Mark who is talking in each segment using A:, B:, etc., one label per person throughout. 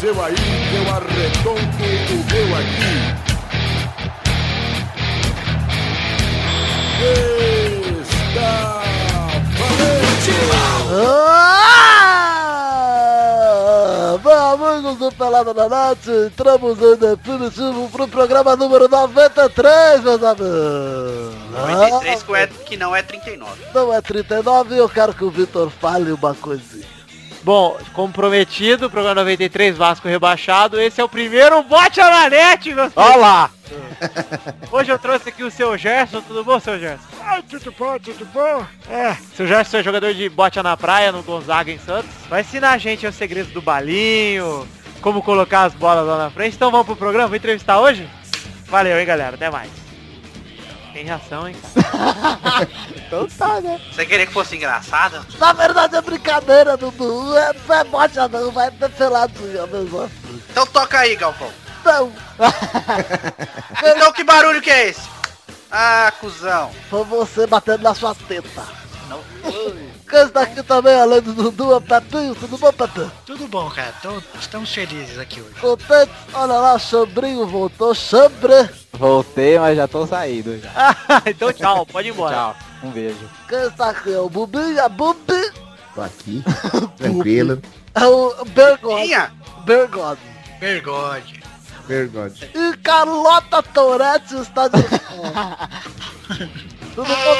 A: seu aí, eu arredonto o meu aqui. Está valente!
B: Ah! Bem, amigos do Pelada da Net, entramos em definitivo pro programa número 93, meus amigos.
C: 93 que, é, que não é 39.
B: Ah, não é 39, eu quero que o Vitor fale uma coisinha.
D: Bom, comprometido, programa 93 Vasco rebaixado. Esse é o primeiro bote na net, meus
B: Olha lá!
D: Hoje eu trouxe aqui o seu Gerson, tudo bom, seu Gerson? Ah, tudo bom, tudo bom? É, seu Gerson é jogador de bote na praia, no Gonzaga, em Santos. Vai ensinar a gente os segredos do balinho, como colocar as bolas lá na frente. Então vamos pro programa, vou entrevistar hoje? Valeu, hein, galera, até mais. Tem reação, hein? cara?
B: Então tá, né?
C: Você queria que fosse engraçado?
B: Na verdade é brincadeira, Dudu. É, não é bote não, vai ter pelado já, meu irmão.
C: Então toca aí, Galpão.
B: Não,
C: Então que barulho que é esse? Ah, cuzão.
B: foi você batendo na sua teta.
C: Não
B: Quem está aqui também, além do Dudu, é o Pepinho. Tudo bom, Pepinho?
E: Tudo bom, cara. Então, estamos felizes aqui hoje.
B: Contente? Olha lá, o Chambrinho voltou. Chambre.
F: Voltei, mas já tô saído já.
D: então tchau, pode ir embora.
F: Tchau, um beijo.
B: Quem está aqui é o Bubinha, Bubi.
G: Tô aqui, tranquilo.
B: É o Bergode.
C: Minha?
B: Bergode.
E: Bergode.
G: Vergonha.
B: E Carlota Toretti está de volta. Tudo bom?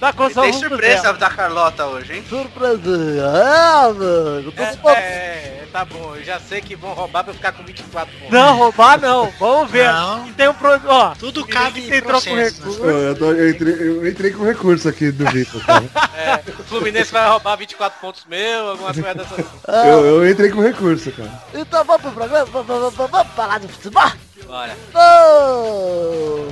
D: Tá com
C: Tem surpresa da Carlota hoje, hein?
B: Surpresinha. É, amigo. Tudo bom?
H: É, tá bom, eu já sei que vão roubar pra eu ficar com 24 pontos.
D: Não, roubar não. Vamos ver.
E: Não.
D: E Tem um problema. Ó,
E: Tudo cabe
D: cabe em
E: em
D: processo,
E: processo.
D: né?
G: Eu, eu tô- eu entrei, eu entrei com recurso aqui do Vitor. tá? cara.
H: É, o Fluminense vai roubar 24 pontos meu, alguma coisa assim. dessas.
G: Eu, eu entrei com recurso, cara.
B: Então vamos pro programa? Vamos, vamos, vamos, vamos falar de futebol?
H: Bora.
B: Ô!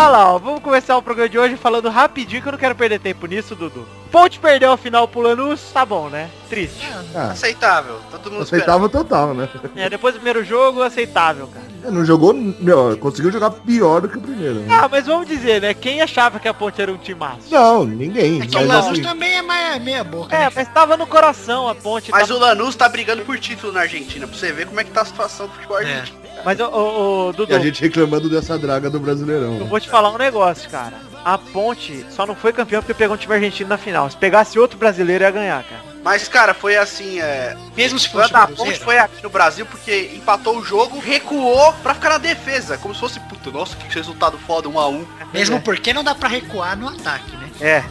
D: Ah lá, ó, vamos começar o programa de hoje falando rapidinho que eu não quero perder tempo nisso, Dudu. Ponte perdeu a final pro Lanús, tá bom, né? Triste.
G: Ah,
C: Aceitável. Todo mundo esperava.
G: aceitava total, né?
D: É, depois do primeiro jogo, aceitável, cara.
G: Não jogou, não, conseguiu jogar pior do que o primeiro. né?
D: Ah, mas vamos dizer, né? Quem achava que a Ponte era um timaço?
G: Não, ninguém.
E: Aqui o
G: Mas
E: Lanús
G: assim,
E: também é mais- meia boca,
D: É,
E: né?
D: mas tava no coração a Ponte.
C: Mas
D: tava-
C: o Lanús tá brigando por título na Argentina, pra você ver como é que tá a situação do futebol
E: É.
C: argentino.
D: Mas, ô, ô, ô,
G: e a
D: Dudu,
G: gente reclamando dessa draga do Brasileirão.
D: eu
G: né?
D: vou te falar um negócio, cara. A Ponte só não foi campeão porque pegou um time argentino na final. Se pegasse outro brasileiro, ia ganhar, cara.
C: Mas, cara, foi assim, é...
E: Mesmo se
C: O
E: fosse
C: da
E: o
C: Ponte
E: Cruzeiro.
C: foi aqui no Brasil porque empatou o jogo, recuou pra ficar na defesa, como se fosse, puta, nossa, que resultado foda, 1 a 1
E: Mesmo porque não dá pra recuar no ataque, né?
D: É.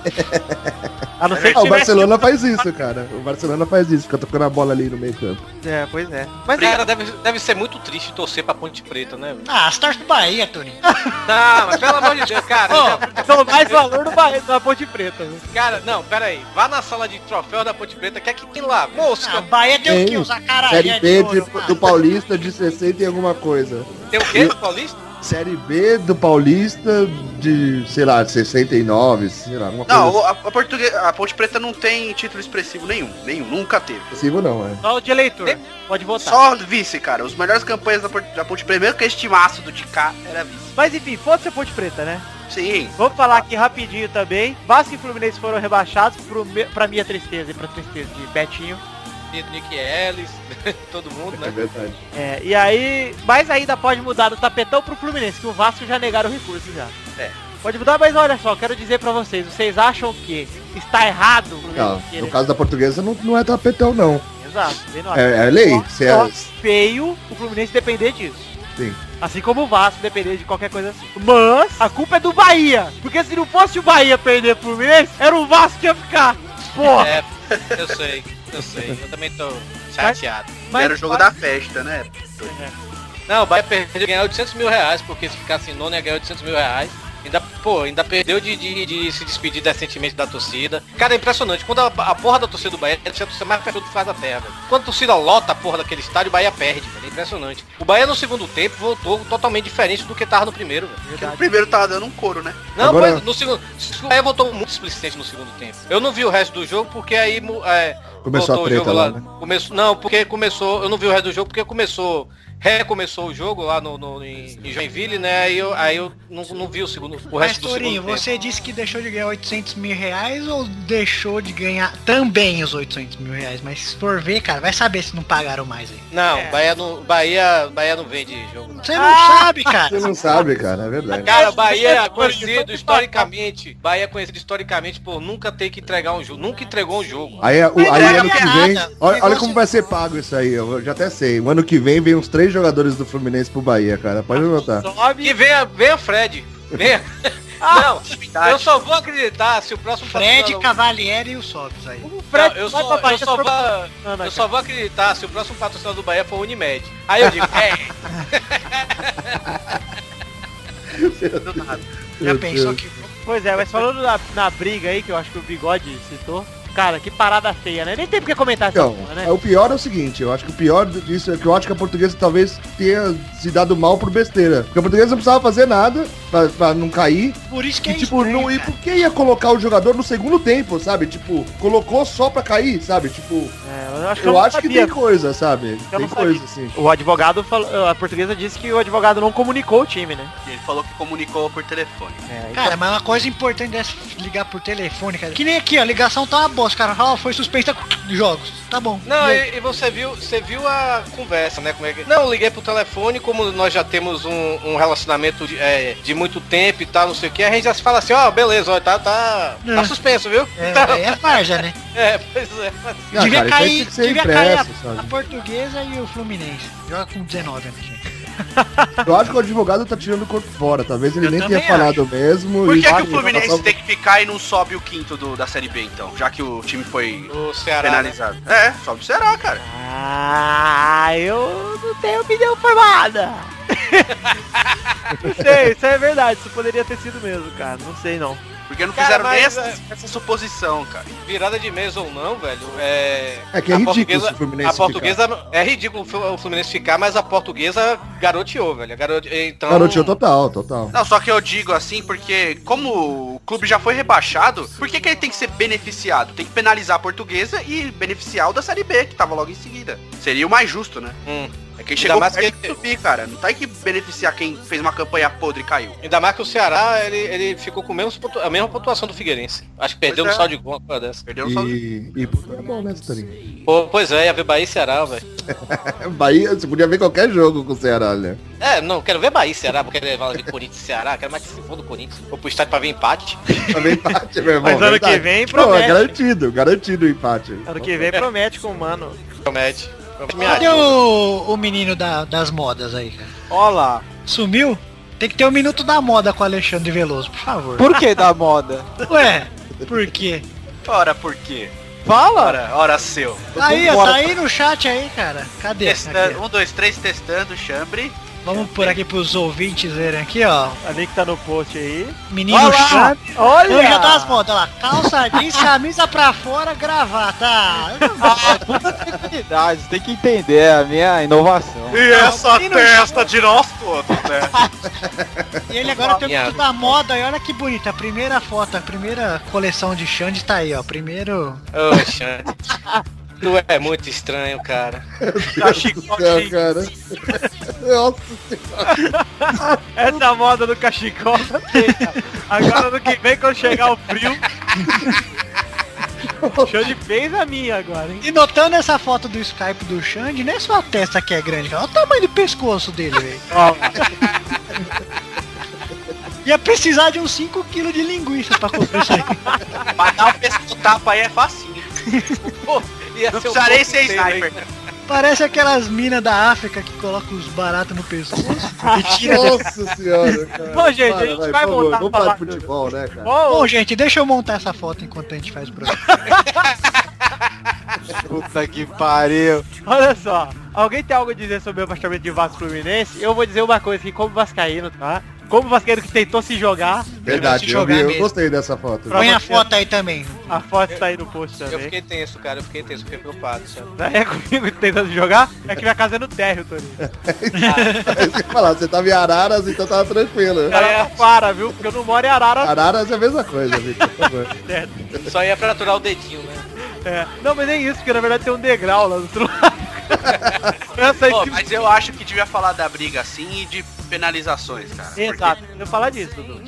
D: A não ser que
G: Ah, o
D: tivesse...
G: Barcelona faz isso, cara. O Barcelona faz isso, fica tocando a bola ali no meio campo.
D: É, pois é. Mas
H: Cara, deve, deve ser muito triste torcer pra Ponte Preta, né? velho?
E: Ah, você torce pro Bahia, Tony.
H: Não, mas pelo amor de Deus, cara. já-
D: Ó, são mais um valor no Bahia, na Ponte Preta. né?
H: Cara, não, pera aí. Vá na sala de troféu da Ponte Preta, que é que tem lá?
E: Ah,
H: Mosca.
E: Bahia deu
G: Ei,
E: o quê? Os
G: Série B
E: acarajé de
G: Ah, é de- né?
E: ouro. mano.
G: do Paulista de 60 e alguma coisa.
H: Tem o quê, Paulista?
G: Série B do Paulista de, sei lá, 69, sei lá, alguma
C: Não,
G: coisa
C: o- a, a, Portugue- a Ponte Preta não tem título expressivo nenhum, nenhum, nunca teve.
G: possível não, é.
D: Só o de eleitor. Pode votar.
C: Só vice, cara, os melhores campanhas da Ponte, da Ponte Preta, mesmo que este maço do Ticá era vice.
D: Mas enfim, foda-se a Ponte Preta, né?
C: Sim,
D: Vamos falar aqui rapidinho também. Vasco e Fluminense foram rebaixados pro me... pra minha tristeza e pra tristeza de Betinho.
H: Nick Ellis, todo mundo,
G: É
H: né?
G: verdade.
D: É, e aí, mas ainda pode mudar do tapetão pro Fluminense, que o Vasco já negaram o recurso já.
C: É.
D: Pode mudar, mas olha só, quero dizer pra vocês, vocês acham que está errado o Fluminense
G: Não,
D: querer-
G: no caso da portuguesa não, não é tapetão, não.
D: Exato, bem no
G: É, é lei.
D: Só-
G: Cê é-
D: só feio o Fluminense depender disso.
G: Sim.
D: Assim como o Vasco depender de qualquer coisa assim. Mas a culpa é do Bahia. Porque se não fosse o Bahia perder pro Fluminense, era o Vasco que ia ficar. Porra.
H: É, eu sei, eu sei. Eu também tô chateado.
C: era o jogo da festa, né?
H: Não, o Bahia perdeu, ganhar 800 mil reais, porque se ficasse em nono ia ganhar 800 mil reais. Ainda pô, ainda perdeu de, de- de se despedir decentemente da torcida. Cara, é impressionante. Quando a, a porra da torcida do Bahia é a torcida mais perto do faz da terra, velho. Quando a torcida lota a porra daquele estádio, o Bahia perde, velho. É impressionante. O Bahia no segundo tempo voltou totalmente diferente do que tava no primeiro, velho.
C: Porque no primeiro tava dando um couro, né?
H: Não,
G: Agora-
H: pois, no segundo. O Bahia voltou muito explicitamente no segundo tempo. Eu não vi o resto do jogo porque aí. mu- é,
G: Começou
H: voltou
G: a
H: o
G: treta
H: jogo
G: lá, né?
H: Começou, não, porque começou. Eu não vi o resto do jogo porque começou. Recomeçou o jogo lá no, no- em, em Joinville, né? Aí eu, aí eu não, não vi o segundo. O
E: Mas,
H: resto do
E: Torinho,
H: segundo tempo.
E: você disse que deixou de ganhar 800 mil reais ou deixou de ganhar também os 800 mil reais? Mas se for ver, cara, vai saber se não pagaram mais aí.
H: Não,
D: É.
H: Bahia não. Bahia, Bahia não vende jogo. não.
E: Você não sabe, cara.
G: Ah! Você não sabe, cara, é verdade.
H: Cara, Bahia
D: Torinho, só
H: é conhecido
D: de
H: historicamente. Bahia é conhecido historicamente por nunca ter que entregar um jogo. Nunca entregou um jogo.
G: Aí, o,
E: Mas
G: aí
E: é
G: ano que
E: piada.
G: vem. Olha, olha
E: Negócio-
G: como vai ser pago isso aí, eu já até sei. O ano que vem vem uns três jogadores do Fluminense pro Bahia, cara. Pode anotar.
H: Que venha, venha Fred. Venha.
D: Ah,
H: Não, eu só vou acreditar se o próximo
E: Fred,
H: patrocinador-
E: Cavalieri e o Sobs aí.
D: O
H: Não,
D: Fred
H: eu,
D: vai
H: só,
D: pra
H: eu,
D: Bahia
H: só
D: se for
H: vou,
D: bacana,
H: eu só vou acreditar se o próximo patrocinador do Bahia for o Unimed. Aí eu digo, é,
C: Do nada.
E: Já
G: Meu
E: pensou
G: Deus.
E: que
D: Pois é, mas falando na, na briga aí, que eu acho que o Bigode citou, cara, que parada feia, né? Nem tem porque comentar essa
G: Então,
D: porra,
G: é,
D: né?
G: o pior é o seguinte, eu acho que o pior disso é que eu acho que a portuguesa talvez tenha se dado mal por besteira. Porque a portuguesa não precisava fazer nada pra, pra não cair.
E: por isso que
G: E
E: é
G: tipo,
E: estranho,
G: não, e
E: cara.
G: por que ia colocar o jogador no segundo tempo, sabe? Tipo, colocou só pra cair, sabe? Tipo,
D: É, eu acho que,
G: eu
D: eu não
G: acho que
D: sabia.
G: tem coisa, sabe?
D: Eu
G: Tem
D: não sabia.
G: coisa, assim.
D: O advogado falou, a portuguesa disse que o advogado não comunicou o time, né?
C: Ele falou que comunicou por telefone.
D: É,
E: Cara, mas uma coisa importante dessa ligar por telefone, cara. Que nem aqui, ó, ligação tá uma bosta, cara. Fala, ó, foi suspensa com jogos. Tá bom.
H: não, e, e você viu, você viu a conversa, né? Como é que... Não, eu liguei pro telefone, como nós já temos um, um relacionamento de, é, de muito tempo e tal, não sei o que, a gente já se fala assim, ó, beleza, ó, tá, tá, tá
E: É.
H: suspenso, viu?
E: É,
H: Tá-
E: aí é farja, né?
H: é, pois é.
G: Não, cara, isso
E: devia
G: aí
E: cair,
G: tem que ser
E: devia
G: impresso,
E: cair a, a
G: sabe?
E: portuguesa e o Fluminense. Joga com 19 anos, gente.
G: Eu acho que o advogado tá tirando o corpo fora. Talvez ele
C: Eu
G: nem tenha
C: também
G: falado mesmo.
C: Por
G: e-
C: que, que
G: Ah,
C: o Fluminense
G: passava-
C: tem que ficar e não sobe o quinto do- da Série B, então? Já que o time foi
H: O Ceará. né?
C: penalizado. É, sobe o Ceará, cara.
D: Ah, eu não tenho opinião formada. não sei, isso é verdade, isso poderia ter sido mesmo, cara. Não sei não.
C: Porque não
H: Cara,
C: fizeram
H: mas,
C: nem essa,
H: é-
C: essa suposição, cara.
H: Virada de mesa ou não, velho, é.
G: É que é
H: a
G: ridículo se
H: portuguesa-
G: o Fluminense
H: a portuguesa é ridículo o Fluminense ficar, mas a portuguesa garoteou, velho. Garote, então
G: ficar. Garotinho total, total.
C: Não, só que eu digo assim, porque como o clube já foi rebaixado, por que, que ele tem que ser beneficiado? Tem que penalizar a portuguesa e beneficiar o da Série B, que tava logo em seguida. Seria o mais justo, né?
H: Hum.
C: É quem chegou
H: mais
C: mais perto
H: que-
C: de subir, cara. Não tem que beneficiar quem fez uma campanha podre e caiu.
H: Ainda mais que o Ceará, ele, ele ficou com o mesmo pontu- a mesma pontuação do Figueirense. Acho que perdeu
C: Pois
H: no
C: é.
H: saldo de gol, uma coisa dessa.
C: Perdeu só...
G: E, e é bom, né, Torinho?
H: Pô, pois é, ia ver Bahia e Ceará, velho.
G: É, Bahia, você podia ver qualquer jogo com o Ceará, né?
H: É, não, quero ver Bahia e Ceará, porque ele vai ver Corinthians e Ceará, quero mais que se for do Corinthians. Vou pro estádio pra ver empate.
G: Também empate, meu irmão.
D: Mas ano
G: verdade.
D: que vem
G: Não, é
D: promete.
G: garantido, garantido o empate.
D: ano que vem promete com o mano.
H: Promete. Me
E: Cadê
H: ajuda.
E: o, o menino da- das modas aí, cara?
D: Olá.
E: Sumiu? Tem que ter um minuto da moda com o Alexandre Veloso, por favor.
F: Por que da moda?
E: Ué, por quê?
C: Ora, por quê?
F: Fala!
C: Ora, ora seu.
E: Aí, ó,
F: bora,
E: tá aí no chat aí, cara. Cadê? Aqui,
F: é
C: Testando, um, dois, três, testando, chambre.
E: ó. Vamos por aqui pros ouvintes verem aqui, ó.
D: A link tá no post aí.
E: Menino chato.
D: Olha!
E: Eu já das modas lá. Calça jeans, camisa pra fora, gravata. Ah, eu não vou-
F: Verdade, você tem que entender a minha inovação.
C: E essa
E: menino testa
C: de nós todos, né?
E: E ele agora tem
H: Minha-
E: tudo da moda e olha que bonita. A primeira foto, a primeira coleção de Xande tá aí, ó. Primeiro.
H: Ô, Xande. Tu é muito estranho, cara.
D: Tá
G: Céu,
D: chicote.
G: cara. Nossa,
D: Essa moda do cachecol. tá feia. Agora ano que vem quando chegar o frio. Show de fez a minha agora, hein?
E: E notando essa foto do Skype do Xande, não é só a testa que é grande, cara. Olha o tamanho do pescoço dele, velho. Ia precisar de uns 5kg de linguiça pra comer isso aqui.
C: Mas dar um pesco-tapa aí é facinho.
H: Ia
C: Não
H: ser um
C: precisarei
H: pouco
C: ser
H: inteiro,
C: sniper.
H: hein?
E: Parece aquelas minas da África que colocam os baratos no pescoço.
G: nossa senhora, cara.
D: Bom, gente, a gente
G: por
D: vai
G: favor,
D: voltar
G: Vamos
D: a falar
G: falar de
D: do-
G: futebol, né, cara?
D: Bom,
E: Bom, gente, deixa eu montar essa foto enquanto a gente faz o programa.
F: Puta que pariu.
D: Olha só, alguém tem algo a dizer sobre o afastamento de Vasco Fluminense? Eu vou dizer uma coisa que como vascaíno, tá? como o Vasqueiro que tentou se jogar.
G: Verdade, eu,
H: jogar
G: vi, eu
H: mesmo.
G: gostei dessa foto.
D: Pra
E: Põe a
D: você.
E: foto aí também.
D: A foto tá aí no post
H: Eu
D: também.
H: fiquei tenso, cara. Eu fiquei tenso, fiquei preocupado, sabe?
D: É comigo que tentando se jogar? É que minha casa é no térreo, Toninho.
G: É isso que eu ia falar, você tava em Araras, então tava tranquilo.
D: Cara, para, viu? Porque eu não moro em Arara.
G: Araras é a mesma coisa, Vitor, por favor.
D: certo?
H: Só ia fraturar o dedinho, né?
D: É. Não, mas nem isso, porque na verdade tem um degrau lá do outro lado. Essa aí
C: Pô,
D: que-
C: mas eu acho que devia falar da briga assim e de penalizações, cara. Porque-
D: Exato, eu ia falar disso, Dudu.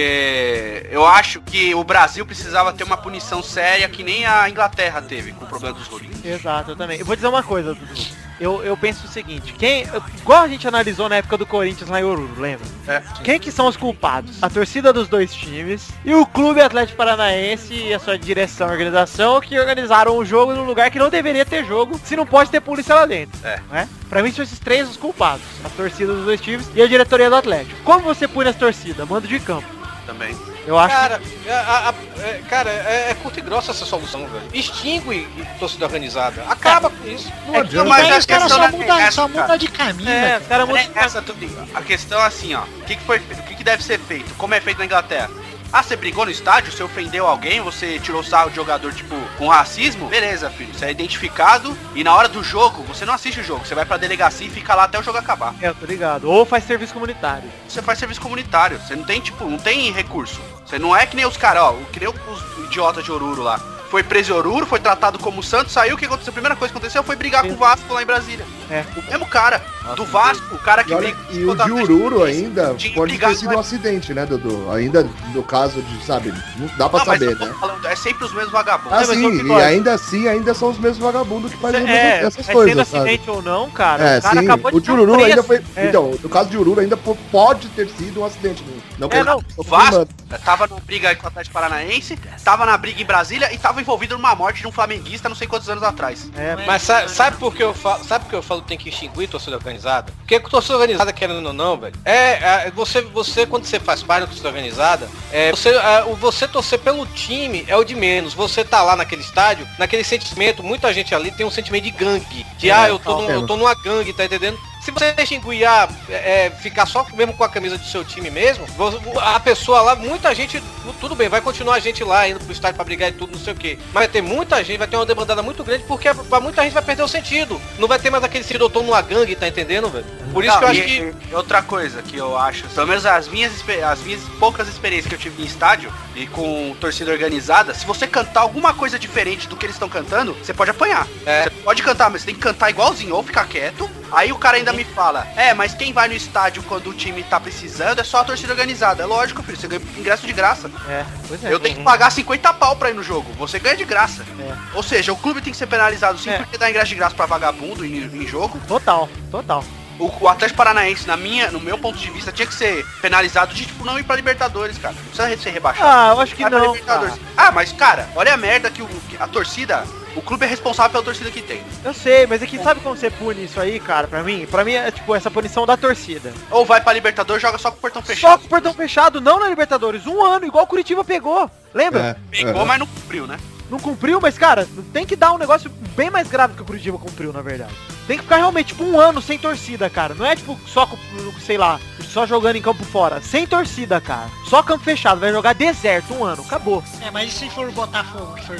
C: Porque eu acho que o Brasil precisava ter uma punição séria que nem a Inglaterra teve com o problema dos rolinhos.
D: Exato, eu também. Eu vou dizer uma coisa, Dudu. Eu, eu penso o seguinte, quem. eu- Igual a gente analisou na época do Corinthians lá em Oruro, lembra?
C: É.
D: Quem que são os culpados? A torcida dos dois times e o Clube Atlético Paranaense e a sua direção e organização que organizaram o jogo num lugar que não deveria ter jogo, se não pode ter polícia lá dentro.
C: É.
D: Né? Pra mim são esses três os culpados. A torcida dos dois times e a diretoria do Atlético. Como você pune as torcidas? Mando de campo.
C: Também.
D: Eu acho que
H: Cara, a- a- é, cara é, é curta e grossa essa solução, velho. Extingue torcida organizada. Acaba com isso.
E: Não é,
G: adianta.
E: Mas
C: Mas a
E: os caras
C: questão
E: só
C: não é
E: mudam
C: essa,
E: só muda
C: cara.
E: Tá de caminho.
D: É,
E: velho.
D: os caras
C: Não é
D: mudam.
C: essa, Tudinho. A questão é assim, ó. O que, que foi feito? O que, que deve ser feito? Como é feito na Inglaterra? Ah, você brigou no estádio, você ofendeu alguém, você tirou sarro de jogador, tipo, com racismo? Beleza, filho, você é identificado e na hora do jogo, você não assiste o jogo, você vai pra delegacia e fica lá até o jogo acabar.
D: É, eu tô ligado. Ou faz serviço comunitário.
C: Você faz serviço comunitário, você não tem, tipo, não tem recurso. Você não é que nem os caras, ó, que nem os idiotas de Oruro lá. Foi preso em Oruro, foi tratado como santo, saiu, o que aconteceu? A primeira coisa que aconteceu foi brigar com o Vasco lá em Brasília.
D: É.
C: O mesmo cara, do Vasco, o cara que
G: E, olha,
C: briga-
G: e o
C: contra
G: de
C: Atlético
G: Ururu
C: Paranaense,
G: ainda
C: de
G: pode
C: brigar
G: ter
C: com
G: sido um acidente, né, Dudu? Ainda no caso de, sabe, não dá pra
D: Ah,
C: Não, mas eu
G: saber,
C: tô
G: né?
C: falando, é sempre os mesmos vagabundos.
G: Ah,
D: mas eu
G: sim,
D: fico
G: e
D: olhando.
G: ainda assim, ainda são os mesmos vagabundos que fazem
D: é,
G: essas
D: mas sendo
G: um coisas, sabe?
D: acidente ou não, cara,
G: É,
D: o cara
G: sim.
D: acabou de
G: O de Ururu ainda foi.
D: É.
G: Então, no caso de Ururu ainda po- pode ter sido um acidente. Não,
D: É, não,
G: tô
C: O Vasco
G: confirmando.
C: É, tava na briga aí com o Atlético Paranaense, tava na briga em Brasília e tava envolvido numa morte de um flamenguista não sei quantos anos atrás.
D: É,
H: Mas sa- sabe por que eu falo, sabe por que eu falo que tem que extinguir torcida organizada? Porque torcida organizada, querendo ou não, velho, é, é, você, você quando você faz parte da torcida organizada, é, você, é, o- você torcer pelo time é o de menos. Você tá lá naquele estádio, naquele sentimento, muita gente ali tem um sentimento de gangue, de ah, eu tô, num- eu tô numa gangue, tá entendendo? Se você extinguir a é, é, ficar só mesmo com a camisa do seu time mesmo, vo- a pessoa lá, muita gente, tudo bem, vai continuar a gente lá indo pro estádio pra brigar e tudo, não sei o quê. Mas vai ter muita gente, vai ter uma demandada muito grande, porque pra muita gente vai perder o sentido. Não vai ter mais aquele sentido, eu tô numa gangue, tá entendendo, velho? Por isso
C: Não,
H: que eu acho
C: e-
H: que.
C: e Outra coisa que eu acho, pelo menos as minhas, expe- as minhas poucas experiências que eu tive em estádio e com torcida organizada, se você cantar alguma coisa diferente do que eles estão cantando, você pode apanhar.
H: É.
C: Você pode cantar, mas você tem que cantar igualzinho, ou ficar quieto. Aí o cara ainda me fala, é, mas quem vai no estádio quando o time tá precisando é só a torcida organizada. É lógico, filho, você ganha ingresso de graça.
D: é, pois é.
C: Eu tenho que pagar 50 pau pra ir no jogo. Você ganha de graça.
D: É.
C: Ou seja, o clube tem que ser penalizado sim
D: É.
C: porque dá ingresso de graça pra vagabundo em, em jogo.
D: Total, total.
C: O, o Atlético Paranaense, na minha, no meu ponto de vista, tinha que ser penalizado de tipo não ir pra Libertadores, cara. Não precisa ser rebaixado.
D: Ah, eu acho que
C: Vai pra
D: não.
C: Libertadores. Ah, mas cara, olha a merda que, o, que a torcida, o clube é responsável pela torcida que tem.
D: cara. Eu sei, mas é que sabe como você pune isso aí, cara, pra mim? Pra mim é tipo essa punição da torcida.
C: Ou vai pra Libertadores, joga só com o portão
D: Só
C: fechado.
D: com o portão fechado, não na Libertadores. Um ano, igual o Curitiba pegou. Lembra?
G: É,
C: Pegou,
G: é.
C: mas não cumpriu, né?
D: Não cumpriu, mas, cara, tem que dar um negócio bem mais grave que o Curitiba cumpriu, na verdade. Tem que ficar realmente, tipo, um ano sem torcida, cara. Não é, tipo, só com, sei lá, só jogando em campo fora. Sem torcida, cara. Só campo fechado. Vai jogar deserto um ano. Acabou.
E: É, mas e se for o Botafogo? que For...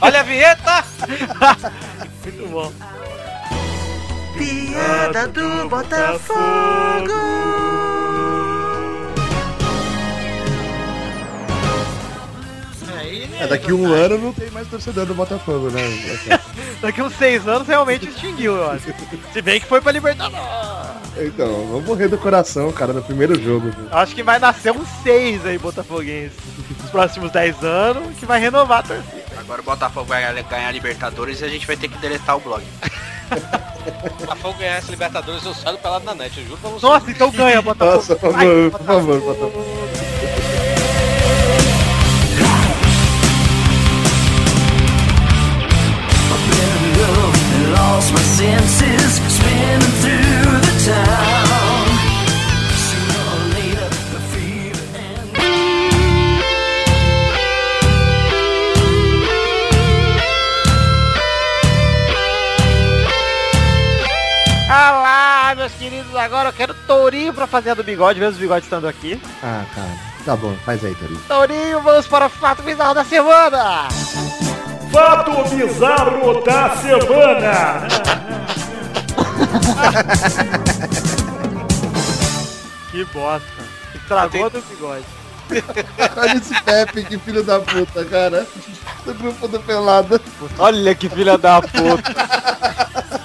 H: Olha a vinheta!
D: Muito bom.
E: Aí, né,
G: É, daqui um ano não tem mais torcedor do Botafogo, né?
D: Daqui uns seis anos realmente extinguiu, eu acho. Se bem que foi pra Libertadores.
G: Então, vou morrer do coração, cara, no primeiro jogo. viu?
D: Acho que vai nascer uns seis aí, Botafoguense. Nos próximos dez anos, que vai renovar a torcida.
C: Agora o Botafogo vai ganhar a Libertadores e a gente vai ter que deletar o blog.
H: Botafogo ganhar essa Libertadores, eu saio pelado na net, eu juro pra você.
D: Nossa, então ganha, Botafogo.
G: Nossa, por
D: Vai,
G: favor, por favor,
D: Botafogo.
G: Botafogo.
I: Lost my senses, spinning through the town. Sooner or later, the fever and
D: Ah lá, meus queridos, agora eu quero tourinho pra fazer a do bigode, mesmo o bigode estando aqui.
G: Ah, cara. Tá bom, faz aí, Torinho.
D: Tourinho, vamos para o fato bizarro da semana!
J: Fato bizarro da semana.
D: Que bosta. Estragou do bigode.
G: Olha esse Pepe, que filho da puta, cara. Do grupo do Pelada.
F: Olha que filha da puta.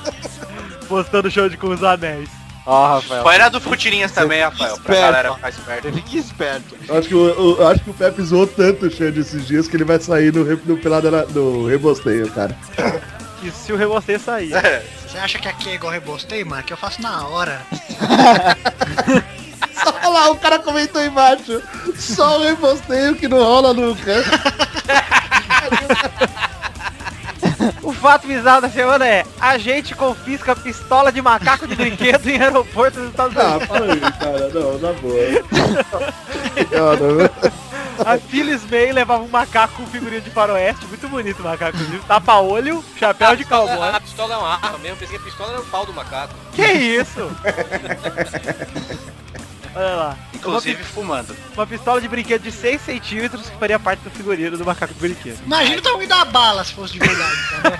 D: Postando show de com os anéis.
F: Ó, Rafael.
C: Foi na do Futirinhas também, Rafael, pra
F: Esperto.
C: galera ficar esperta.
F: Fique esperto.
G: Eu acho que, o- o- eu acho que o Pepe zoou tanto o Xande esses dias que ele vai sair no, re- no Pelada na- no Rebosteio, cara.
D: E se o rebosteio sair?
E: Você acha que aqui é igual rebostei, mano? Que eu faço na hora.
G: Olha lá, o cara comentou embaixo. Só o Rebosteio que não rola nunca.
D: O fato bizarro da semana é: agente confisca pistola de macaco de brinquedo em aeroporto dos Estados Unidos.
G: Ah, fala aí, cara. Não, na boa. Cara,
D: A Phyllis May levava um macaco com figurinha de faroeste, muito bonito o macaco, inclusive. Tapa-olho, chapéu de cowboy.
H: A pistola é uma arma mesmo, pensei que a pistola era o pau do macaco.
D: Que isso? Olha lá.
C: Inclusive fumando.
D: Uma pistola de brinquedo de 6 centímetros que faria parte do figurino do macaco de brinquedo.
E: Imagina o tamanho da bala se fosse de verdade. cara.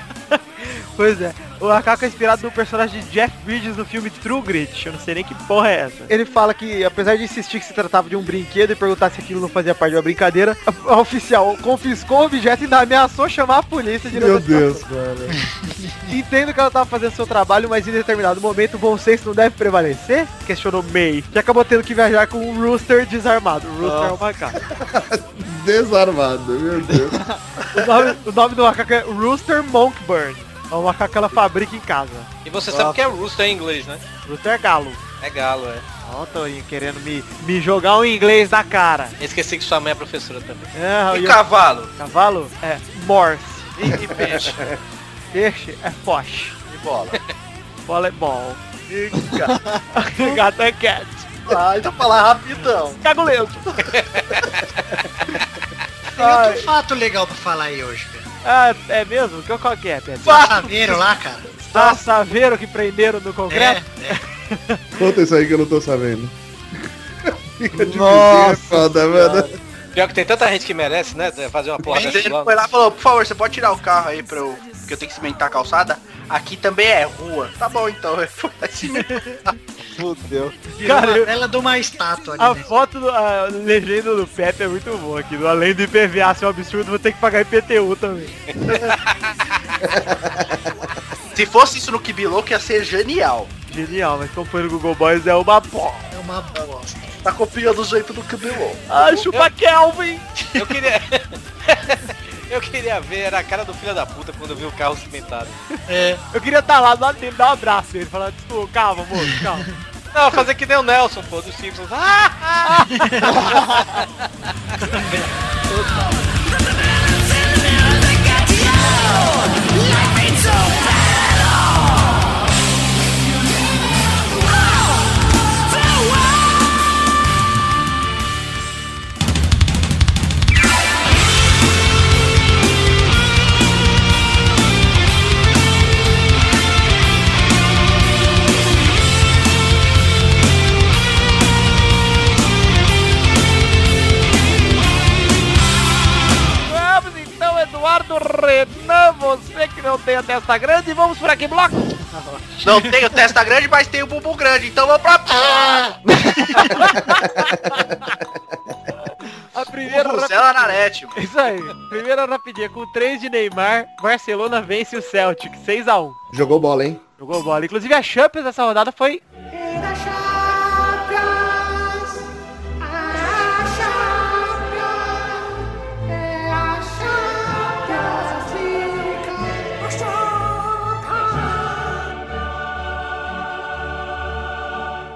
D: Pois é, o macaco é inspirado no personagem de Jeff Bridges do filme True Grit. Eu não sei nem que porra é essa. Ele fala que, apesar de insistir que se tratava de um brinquedo e perguntar se aquilo não fazia parte de uma brincadeira, a- a oficial confiscou o objeto e ainda ameaçou chamar a polícia de
G: Meu Deus, cara.
D: Entendo que ela tava fazendo seu trabalho, mas em determinado momento o bom senso não deve prevalecer? Questionou May, que acabou tendo que viajar com um rooster desarmado. O rooster é um macaco.
G: Desarmado, meu Deus.
D: O nome, o nome do macaco é Rooster Monkburn. É um macaco que ela fabrica em casa.
H: E você sabe o que é rooster em inglês, né?
D: Rooster é galo.
H: É galo, é.
D: Ó, o Torinho querendo me, me jogar um inglês na cara.
H: Eu Esqueci que sua mãe é professora também.
D: É,
C: E
D: e o
C: cavalo?
D: cavalo é morse.
C: E, e peixe?
H: É.
D: Peixe é foch.
C: E bola?
D: Voleibol. E gato. gato é cat.
C: Ah,
B: Vai,
C: então
B: deixa eu falar rapidão.
D: Cago lento.
E: Tem outro fato legal pra falar aí hoje, cara.
D: Ah, é mesmo? Que- Qual que é, Pedro?
E: Passaveiro lá, cara.
D: Passaveiro que prenderam no
E: É,
D: Congresso?
E: é.
G: Conta isso aí que eu não tô sabendo. Fica difícil, é
F: Nossa
G: foda, mano.
H: Pior que tem tanta gente que merece, né? Fazer uma porra dessa
C: Ele
H: logo.
C: foi lá e falou, por favor, você pode tirar o carro aí pra eu. Que eu tenho que cimentar a calçada? Aqui também é rua. Tá bom então, eu fui lá cimentar.
F: Fudeu.
C: É.
E: Virou
D: Cara,
E: uma
D: eu-
E: bela de uma estátua ali,
F: Ah.
D: A
E: né?
D: foto, do- a legenda do Pepe é muito boa aqui. do Além do IPVA ser um absurdo, vou ter que pagar IPTU também.
C: Se fosse isso no Kibiloco, ia ser genial.
D: Genial, mas como foi no Google Boys é uma porra.
E: É uma bosta.
B: Tá copiando o jeito do Kibilon.
D: Ah, chupa Kelvin!
H: Eu queria. Eu queria ver, era a cara do filho da puta quando eu vi o carro cimentado.
E: É.
D: Eu queria estar lá do lado dele, dar um abraço nele, falar, desculpa, calma, moço, calma.
H: Não, fazer que nem o Nelson, pô, dos Simpsons. Ah,
D: Vamos então, Eduardo Renan, você que não tem a testa grande, vamos por aqui, bloco!
C: Não tenho testa grande, mas tenho bumbum grande, então vamos pra.
D: A primeira...
C: Marcela Narete, mano.
D: Isso aí, primeira rapidinha, com 3 de Neymar, Barcelona vence o Celtic, 6x1.
G: Jogou bola, hein?
D: Jogou bola. Inclusive a Champions dessa rodada foi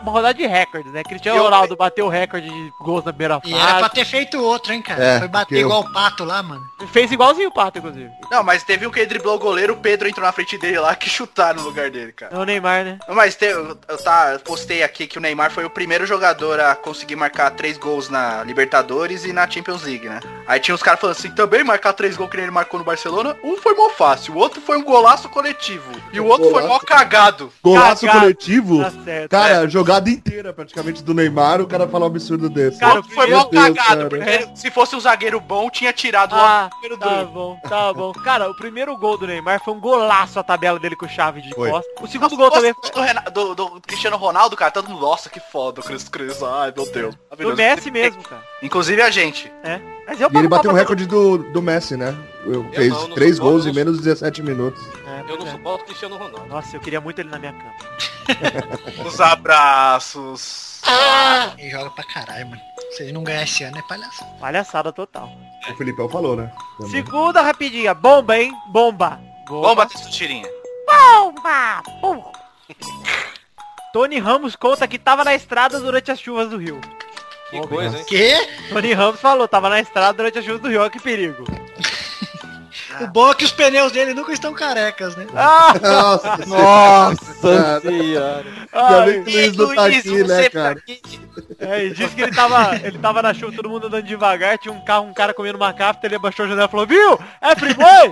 D: uma rodada de recordes, né? Cristiano
H: Eu-
D: Ronaldo bateu o recorde de gols na beira
E: E
F: Ah.
E: era pra
D: fase.
E: ter feito outro, hein, cara.
G: É,
E: Foi bater
G: porque eu-
E: igual o pato lá, mano.
D: Fez igualzinho o Pato, inclusive.
C: Não, mas teve um que driblou o goleiro, o Pedro entrou na frente dele lá que chutaram no lugar dele, cara.
D: Não, o Neymar, né?
C: Mas te- eu, eu tá, eu postei aqui que o Neymar foi o primeiro jogador a conseguir marcar três gols na Libertadores e na Champions League, né? Aí tinha uns caras falando assim, também marcar três gols que nem ele marcou no Barcelona, um foi mó fácil, o outro foi um golaço coletivo. E o outro foi mó cagado.
G: Golaço
D: Cagado.
G: coletivo.
D: Tá certo.
G: Cara, jogada inteira praticamente do Neymar, o cara fala um absurdo desse.
C: O
D: Cara,
C: outro foi
D: meu
C: mó
G: Deus,
C: cagado,
G: cara.
D: né?
C: porque ele- se fosse um zagueiro bom, tinha tirado
D: Ah,
C: o primeiro
D: Tá
C: do.
D: bom, tá bom. Cara, o primeiro gol do Neymar foi um golaço a tabela dele com o Chave de
G: Foi.
D: costa. O segundo gol também foi
C: do, Renato- do- do Cristiano Ronaldo, cara, todo mundo, nossa, que foda, Cris Cris, ai meu Deus.
D: do
C: maravilhoso."
D: Messi mesmo, cara.
C: Inclusive a gente.
D: Mas eu
G: E ele
D: pago pau
G: bateu o
D: pra todo
G: recorde do, do Messi, né? Eu- fez
H: não, eu não
G: três
H: sou bom,
G: gols
H: eu
G: em
H: não
G: menos de 17 minutos.
D: mundo. É,
H: Eu não
D: pois é.
H: suporto o Cristiano Ronaldo.
D: Nossa, eu queria muito ele na minha cama.
C: Os abraços.
F: Ah.
E: Ele joga pra caralho, mano. Se ele não ganhar esse ano, é palhaçada.
D: Palhaçada total.
G: O Filipão falou, né? Também.
D: Segunda rapidinha. Bomba, hein? Bomba.
C: Vamos bater essa tirinha.
D: Bomba! Pum. Tony Ramos conta que tava na estrada durante as chuvas do Rio.
H: Que coisa, hein?
E: Que?
D: Tony Ramos falou, tava na estrada durante as chuvas do Rio, olha que perigo.
E: O bom é que os pneus dele nunca estão carecas, né?
D: Ah,
G: Nossa,
F: Nossa
G: Cara.
F: senhora.
G: Ainda
D: ai,
G: bem que o Luiz não tá aqui, né, cara?
D: é, e disse que ele tava, ele tava na chuva, todo mundo andando devagar, tinha um carro, um cara comendo uma cafta, ele abaixou a janela e falou, viu? É freeway?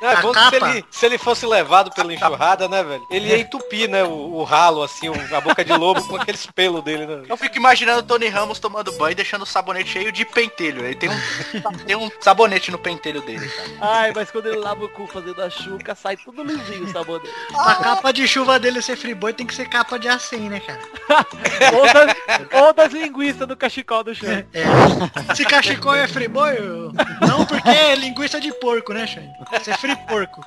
H: Não, é
E: A
H: bom que se
E: capa.
H: ele, se ele fosse levado pela enxurrada, né, velho? Ele ia entupir, né, o, o ralo, assim, o- a boca de lobo com aqueles pelos dele, né?
C: Eu fico imaginando o Tony Ramos tomando banho e deixando o sabonete cheio de pentelho. Ele tem um, tem um sabonete no pentelho dele, cara.
B: Ai, mas quando ele lava o cu fazendo a chuca, sai tudo lisinho o sabor dele.
F: Ah.
E: Pra capa de chuva dele ser friboi tem que ser capa de acém, né, cara?
D: ou, das, ou das linguiças do cachecol do chão.
E: É. Se cachecol é friboi, eu- não porque é linguiça de porco, né, Xande? Você é free porco.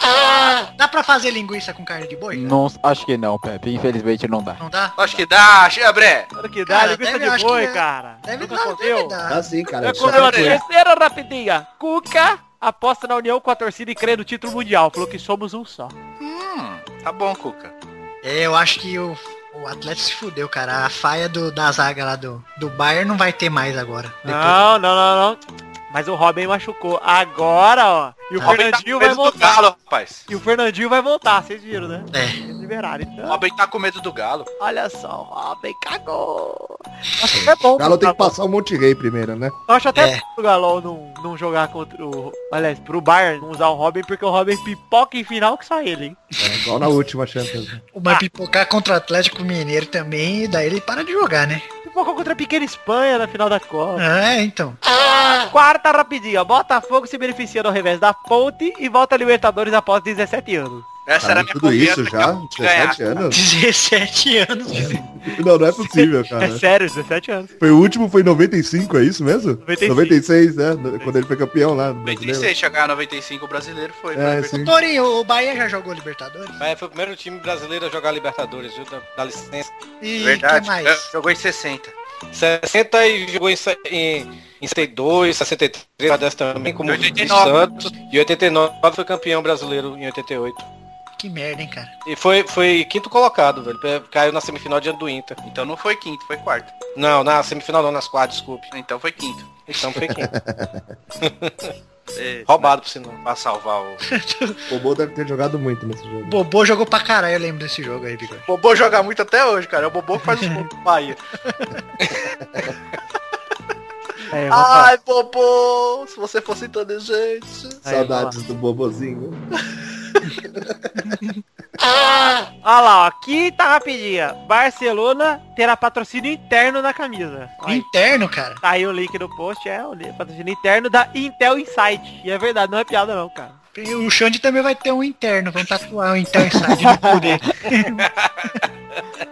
E: Ah, dá pra fazer linguiça com carne de boi? cara?
F: Não, acho que não, Pepe. Infelizmente não dá.
E: Não dá?
C: Acho que dá, Xabré.
D: Claro que dá,
E: Cara,
D: linguiça
E: deve-
D: de
E: acho
D: boi,
E: que é.
D: cara.
E: Deve
D: Nunca
E: dar, deve
D: comeu?
E: dar.
G: Tá sim, cara.
B: Já
G: Só
B: comeu a
G: que-
B: terceira rapidinha.
D: Cuca aposta na união com a torcida e crê no título mundial. Falou que somos um só.
C: Hum, tá bom, Cuca.
E: É, eu acho que o, o Atlético se fudeu, cara. A faia do, da zaga lá do, do Bayern não vai ter mais agora. Depois.
D: Não, não, não, não. Mas o Robin machucou. Agora, ó. E o
C: Robin tá
D: Fernandinho
C: com medo
D: vai
C: do
D: voltar.
C: galo, rapaz.
D: E o Fernandinho vai voltar, vocês viram, né?
E: É.
D: Eles liberaram.
C: O
D: Então,
C: Robin tá com medo do galo.
B: Olha só, Robin cagou.
D: acho até bom.
G: O Galo tem que
D: pro Galo.
G: passar o Monte Rei primeiro, né?
D: Eu acho até
E: É.
D: bom pro Galo não, não jogar contra o... Aliás, pro Bayern não usar o Robin, porque o Robin pipoca em final que só ele, hein?
G: É, igual na última Champions.
E: Uma pipocar contra o Atlético Mineiro também, e daí ele para de jogar, né?
D: Pipocou contra a pequena Espanha na final da Copa.
E: É, então.
B: Ah.
D: Quarta rapidinha. Botafogo se beneficia do revés da ponte e volta a Libertadores após 17 anos.
C: Essa era
G: Cara,
C: a minha
G: tudo
C: confiança
G: isso
C: que é
G: já?
C: eu vou ganhar.
G: 17 anos?
E: 17 anos.
G: Não, não é possível,
D: É
G: cara.
D: sério, 17 anos.
G: Foi o último, foi em 95, é isso mesmo?
D: 95.
G: 96, né? Quando ele foi campeão lá. do brasileiro.
C: 96, chegar a 95 o brasileiro foi.
G: É,
C: foi-
G: sim.
E: Torinho, o Bahia já jogou Libertadores?
H: Mas foi o primeiro time brasileiro a jogar Libertadores, viu? Dá, dá licença.
E: E
C: Verdade.
E: que mais?
C: É, Jogou em 60.
H: 60 e jogou em, se- em, em 62, 63, uma dessas também, como
C: 89.
H: Santos. E 89 foi campeão brasileiro em 88.
E: Que merda, hein, cara.
H: E foi, foi quinto colocado, velho. Pe- Caiu na semifinal diante do Inter.
C: Então não foi quinto, foi quarto.
H: Não, na semifinal não, nas quartas, desculpe.
C: Então foi quinto.
H: Então foi quinto.
C: É,
H: Roubado por sinal.
C: pra salvar o.
G: O Bobô deve ter jogado muito nesse jogo.
E: Bobô jogou pra caralho, eu lembro desse jogo aí, Bigode.
C: Bobô joga muito até hoje, cara. É o Bobô que faz os gols do Bahia.
D: É,
B: Ah.
D: Rafa,
C: Ai, Bobô, se você assim, tá fosse inteligente.
D: aí,
G: Saudades do Bobozinho.
D: Olha lá, Olha lá, ó, quinta rapidinha. Barcelona terá patrocínio interno na camisa. Aí,
E: Interno, cara.
D: tá aí o link no post, é o li- patrocínio interno da Intel Insight. E é verdade, não é piada não, cara.
E: O Xande também vai ter um interno. Vamos tatuar um interno inside no cu dele.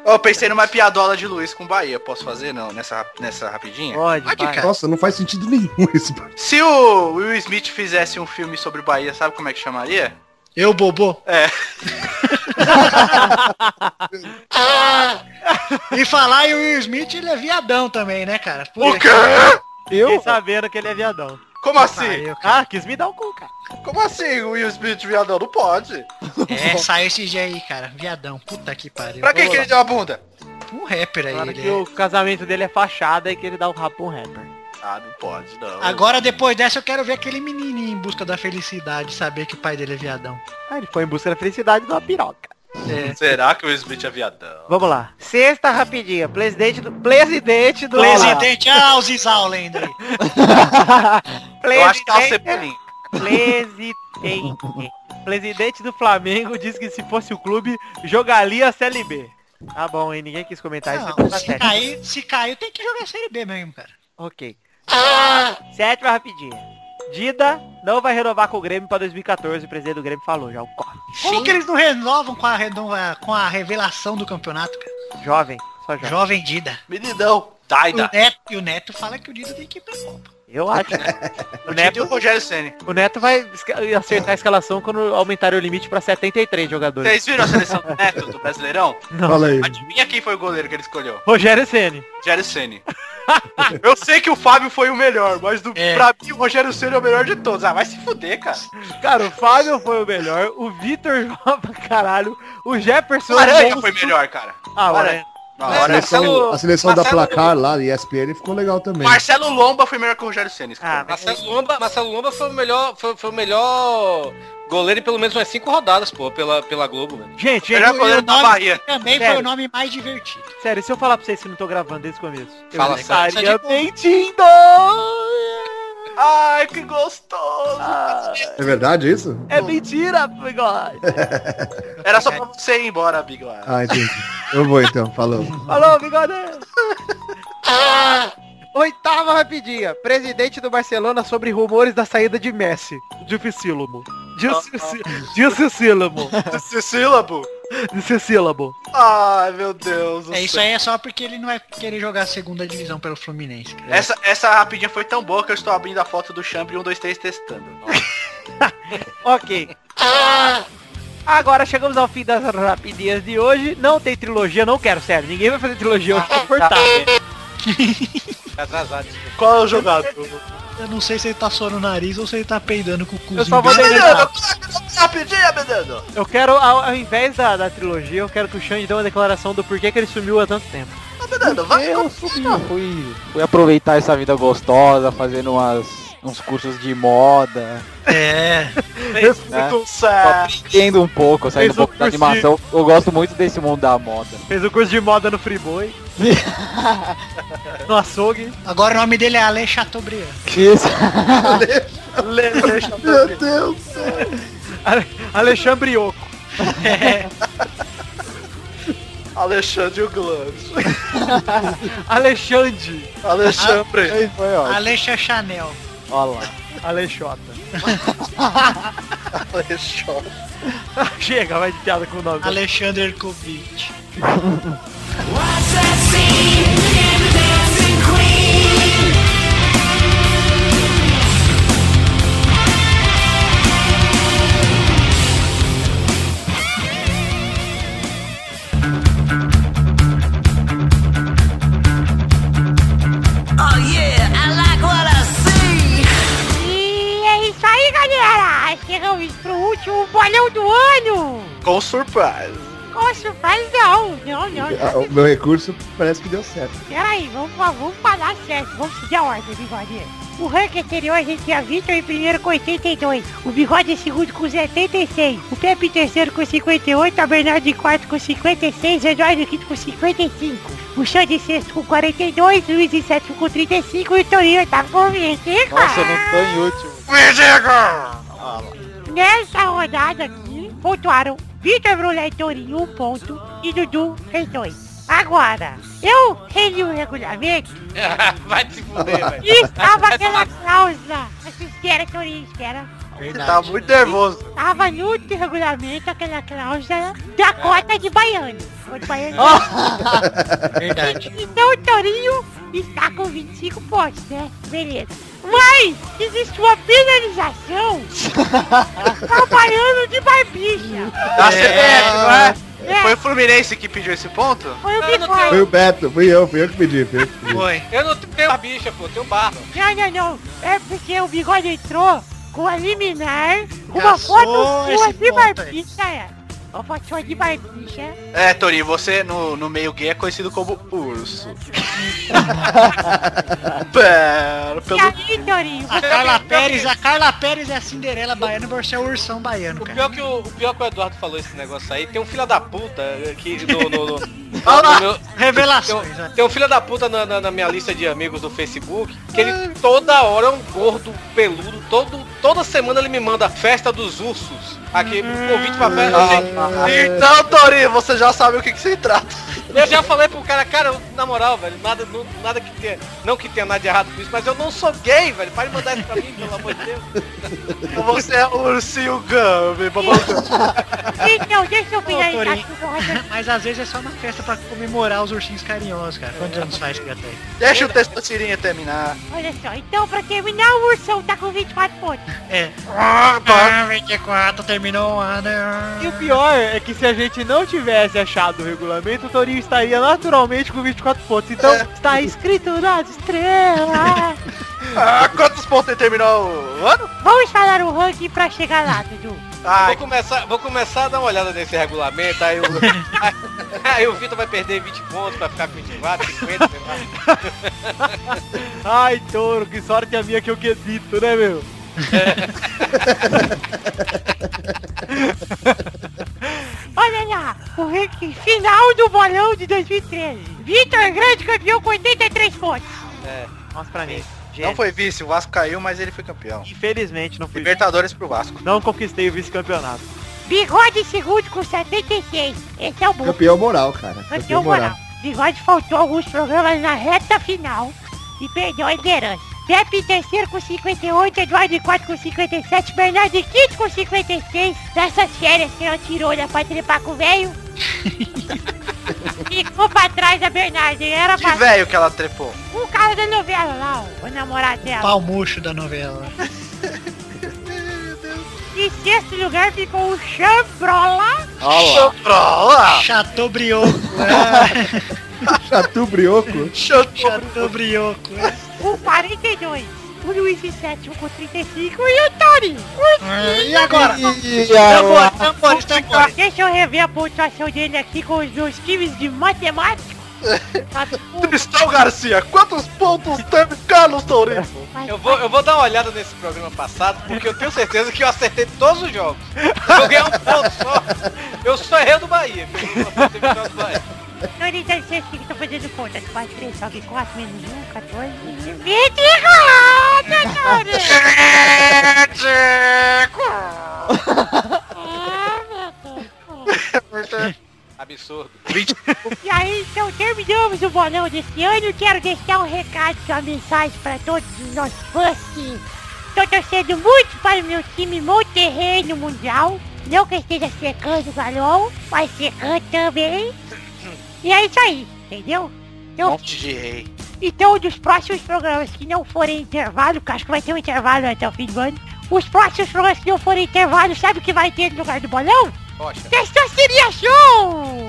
C: Eu pensei numa piadola de Luiz com Bahia. Posso fazer não nessa, rap- nessa rapidinha?
D: Pode,
E: Pode,
D: vai.
E: cara.
G: Nossa, não faz sentido nenhum esse
C: Se o Will Smith fizesse um filme sobre o Bahia, sabe como é que chamaria?
E: Eu, Bobô.
C: É.
E: E falar, e o Will Smith, ele é viadão também, né, cara? Por
C: quê?
D: Fiquei sabendo que ele é viadão.
C: Como assim?
E: Pariu, cara.
D: Ah, quis me dar o cu, cara.
C: Como assim o Will Smith viadão? Não pode.
E: É, saiu esse dia aí, cara. Viadão. Puta que pariu.
C: Pra quem que ele deu a bunda?
E: Um rapper aí,
D: Claro
E: ele
D: que
E: é.
D: o casamento dele é fachada e que ele dá o rabo pra um rapper.
C: Ah, não pode, não.
E: Agora, depois dessa, eu quero ver aquele menininho em busca da felicidade, saber que o pai dele é viadão.
D: Ah, ele foi em busca da felicidade de uma piroca.
E: É.
C: Será que o Will Smith é viadão?
D: Vamos lá. Sexta rapidinha. Presidente do. Presidente do.
E: Presidente, ah, os Isauland aí.
D: presidente,
C: Eu acho
E: é
C: que é ela sempre...
D: presidente. Presidente do Flamengo disse que se fosse o clube, jogaria a Série B. Tá bom, hein? Ninguém quis comentar isso. então tá
E: Não,
D: depois da
E: se
D: sétima.
E: cair, se cair, tem que jogar Série B mesmo, cara.
D: Ok. Sétima rapidinha. Dida não vai renovar com o Grêmio pra 2014, o presidente do Grêmio falou, já o corre.
E: Como que eles não renovam com a, redonda- com a revelação do campeonato, cara?
D: Jovem, só jovem.
E: Jovem Dida.
C: Meninão.
E: O
D: Tá.
C: Taida.
E: Neto, e o Neto fala que o Dida tem que ir pra Copa.
D: Eu acho. o,
C: Eu tinha
D: Neto,
C: o Rogério Senna.
D: o Neto vai esca- acertar a escalação quando aumentarem o limite pra 73 jogadores.
C: Vocês viram a seleção do Neto, do Brasileirão?
G: Fala aí.
C: Adivinha quem foi o goleiro que ele escolheu?
D: Rogério Ceni.
C: Rogério Senna. Eu sei que o Fábio foi o melhor, mas do,
E: É.
C: pra mim o Rogério Senna é o melhor de todos. Ah, vai se fuder, cara.
D: Cara, o Fábio foi o melhor, o Vitor jogou pra caralho, o Jefferson...
C: O Aranha
D: Alonso-
C: foi melhor, cara.
D: Ah, o Aranha.
C: Não,
G: A
C: Aranha-
G: seleção, a seleção da
H: Marcelo-
G: placar lá, ESPN, ficou legal também.
C: Marcelo Lomba foi melhor que o Rogério Senna.
D: Ah,
C: Ah,
D: mas-
H: Marcelo Lomba, Marcelo Lomba foi o melhor, foi, foi o melhor goleiro em pelo menos umas cinco rodadas, pô, pela, pela Globo, velho.
D: Gente,
C: melhor
D: gente,
C: goleiro da
E: nome-
C: Bahia.
E: Também
D: Sério.
E: foi o nome mais divertido.
D: sério, se eu falar pra vocês que eu não tô gravando desde o começo,
H: Fala
D: eu
H: sério.
D: estaria
E: Isso é de-
D: mentindo!
C: tipo, Ai, que gostoso.
D: Ah.
G: É verdade isso?
D: É mentira, bigode!
C: Era
E: É.
C: só pra você ir embora, Bigode.
G: Ah, entendi. Eu vou então, falou.
D: Falou, bigode! Oitava rapidinha. Presidente do Barcelona sobre rumores da saída de Messi. Dificílimo. Ah, Dificílimo.
C: Esse sílabo.
D: Dificílimo.
C: Ai, meu Deus. do
E: É isso
C: céu.
E: aí, é só porque ele não vai querer jogar a segunda divisão pelo Fluminense. cara.
C: Essa, essa rapidinha foi tão boa que eu estou abrindo a foto do Chambre 1, 2, 3 testando.
D: Ok. Agora chegamos ao fim das rapidinhas de hoje. Não tem trilogia, não quero, sério. Ninguém vai fazer trilogia hoje confortável.
H: Atrasado.
C: Qual é o jogador?
E: Eu não sei se ele tá suando o nariz ou se ele tá peidando com o cuzinho.
D: Tá Eu só vou
E: bem
D: deixar.
C: Rapidinha, menino.
D: Eu quero, ao, ao invés da, da trilogia, eu quero que o Xande dê uma declaração do porquê que ele sumiu há tanto tempo.
C: Ô, Menino, vai.
F: Eu subi, fui, fui aproveitar essa vida gostosa, fazendo umas, uns cursos de moda,
E: É,
F: né?
C: Consegue.
F: aprendendo um pouco, saindo um
D: Fez um
F: pouco da
D: cursinho.
F: animação. Eu gosto muito desse mundo da moda.
D: Fez o curso de moda no Friboi. no açougue.
E: agora o nome dele é Ale Chateaubriand.
F: Isso.
G: Meu Deus.
D: Ale- Alexandre Ioco.
C: Alexandre o Glantz.
D: Alexandre.
C: Alexandre.
F: Aí
D: Tá
F: foi, ó.
E: Ale Chanel.
F: Ó lá.
D: Alexota.
C: Alexandre.
D: Chega, vai de piada com o nome.
E: Alexander Kovic.
I: Watch that scene in the dancing queen. Oh yeah, I like what I see.
K: E é isso aí, galera! Chegamos pro último bolão do ano!
C: Com surpresa.
K: Com surpresa, não! Não, não,
G: Ah,
K: não.
G: O meu recurso parece que deu certo.
K: Peraí, vamos, fa- vamos falar certo, vamos seguir a ordem, Bigode. O ranking anterior a gente tinha Vitor em primeiro com 82, o Bigode em segundo com 76, o Pepe em terceiro com 58, a Bernardo em quarto com 56, o Eduardo em quinto com 55, o Xande em sexto com 42, o Luiz em sétimo com 35 e o Torinho em oitavo com 25.
F: Nossa, eu não tô em último.
K: Nessa rodada aqui, pontuaram Vitor Brulé e Torinho um ponto e Dudu fez dois. Agora, eu reli o regulamento
H: vai se fuder, velho.
K: e estava aquela cláusula. Assim, espera, Torinho, espera.
C: Tá muito nervoso.
K: Tava no último regulamento aquela cláusula da cota de baiano. O de baiano.
E: Verdade.
K: Então o Torinho está com 25 pontos, né? Beleza. Mas existe uma penalização trabalhando de barbicha.
C: Da CBF, Tá não é? Foi o Fluminense que pediu esse ponto?
K: Foi
H: o Bigode.
G: Foi o Beto, fui eu, fui eu que pedi. Fui eu que pedi.
H: Foi. Eu não tenho a bicha, pô, eu tenho barba.
K: Não, não, não. É porque o bigode entrou com a liminar, uma
H: Gastou
K: foto sua
H: esse
K: de
H: ponto aí.
K: barbicha. é. Uma foto sua de barbicha.
C: É, Tori, você no, no meio gay é conhecido como urso. Pera,
E: E
C: pelo...
E: aí,
K: Torinho?
E: A Carla Pérez, a Carla Pérez é a Cinderela baiana, você é o ursão baiano,
H: O
E: cara.
H: pior, que o, o pior que o Eduardo falou esse negócio aí, tem um filho da puta aqui no... no, no, no-
E: Olha lá,
H: no meu-
E: revelações,
H: Tem, um- tem um filho da puta na, na- na minha lista de amigos do Facebook, que ele toda hora é um gordo peludo, todo, toda semana ele me manda festa dos ursos. Aqui, um convite pra festa.
C: Ah,
H: assim.
C: então, Tori, você já sabe o que, que se trata.
H: Eu já falei pro cara, cara, eu- na moral, velho, nada, não, nada que tenha, não que tenha nada de errado com isso, mas eu não sou gay, velho, para de mandar isso pra mim, pelo amor de Deus.
C: Você é o ursinho Gummy,
K: Então, deixa eu finalizar
E: Torinho.
K: aqui o meu raciocínio.
E: Mas às vezes é só uma festa pra comemorar os ursinhos carinhosos, cara. Quantos anos faz que já tem?
C: Deixa o texto da Sirinha terminar.
K: Olha só, então pra terminar o ursão tá com 24 pontos.
E: É. Ah, 24, terminou o ano.
D: E o pior é que se a gente não tivesse achado o regulamento, o Torinho estaria naturalmente com 24 pontos. Então
C: É.
D: está escrito nas estrelas.
C: Ah, quantos pontos ele terminou o ano?
K: Vamos falar o ranking pra chegar lá, Dudu.
H: Vou começar, vou começar a dar uma olhada nesse regulamento, aí o, aí o Vitor vai perder 20 pontos, vai ficar com 24, 50, sei lá.
D: Ai, touro, que sorte a minha que eu quesito, né, meu?
K: Olha lá, o ranking final do bolão de 2013. Vitor é grande campeão com 83 pontos.
C: É.
D: Mostra pra mim.
C: Não foi vice, o Vasco caiu, mas ele foi campeão.
D: Infelizmente não fui.
C: Libertadores pro Vasco.
D: Não conquistei o vice-campeonato.
K: Bigode em segundo com 76. Esse é o bom.
G: Campeão moral, cara.
K: Campeão moral. Bigode faltou alguns programas na reta final e perdeu a liderança. Pepe em terceiro com 58, Eduardo em quarto com 57, Bernardo em quinto com 56. Nessas férias que ela tirou da é pra trepar com o velho. Ficou pra trás a Bernardo, era
C: Que
K: pra
C: velho que ela trepou.
K: o cara da novela lá, ó, o namorado dela.
E: Pau murcho da novela.
K: Em sexto lugar ficou o Chambrola.
C: Chambrola!
E: Chateaubriand.
G: Chatu Brioco.
E: Chateaubriand.
K: com 42. O Luiz em sétimo com 35 e o Tori. o
E: E agora?
K: Tambor,
C: Ah,
E: tambores, tambores.
K: Deixa eu rever a pontuação dele aqui com os meus times de matemática. Tá
C: Tristão Garcia, quantos pontos teve Carlos Tourinho?
H: Eu vou, eu vou dar uma olhada nesse programa passado, porque eu tenho certeza que eu acertei todos os jogos. Eu ganhei um ponto só. Eu só errei o do Bahia. porque eu não acertei o jogo do Bahia.
K: Tori, dá licença assim que tô fazendo conta. 4, 3, sobe 4, menos 1, 14. 20 errado, Tori! Ah,
H: Absurdo.
K: E aí, então terminamos o bolão desse ano. Quero deixar um recado, uma mensagem para todos os nossos fãs que estou torcendo muito para o meu time Monterrey no Mundial. Não que eu esteja secando o galão, mas secando também. E é isso aí, entendeu? Então,
C: Monte de rei.
K: então, dos próximos programas que não forem intervalo, que acho que vai ter um intervalo até o fim do ano, os próximos programas que não forem intervalo, sabe o que vai ter no lugar do bolão?
H: Poxa.
K: Testosteria Show!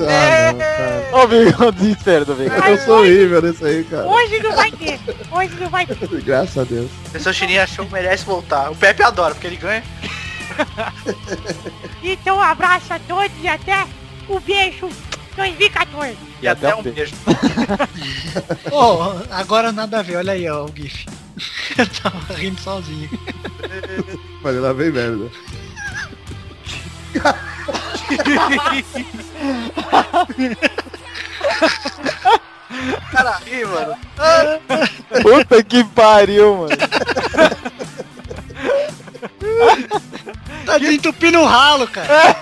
F: Ô, Vigão, desespero do Vigão.
G: Eu sou horrível nesse aí, cara.
K: Hoje não vai ter. Hoje não vai ter.
G: Graças a Deus.
C: Pessoa Chirinha achou que merece voltar. O Pepe adora, porque ele ganha.
K: Então um abraço a todos e até o beijo 2014.
F: E até
C: um beijo.
E: Ô, agora nada a ver, olha aí, ó, o GIF. Eu tava rindo sozinho.
G: Falei, lá vem merda.
C: Cara, ri, mano.
F: Puta que pariu, mano.
E: Tá desentupindo o ralo, cara.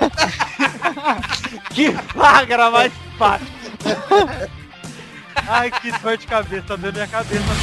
D: Que flagra mais fácil. Ai, que dor de cabeça, tá dando minha cabeça. Cara.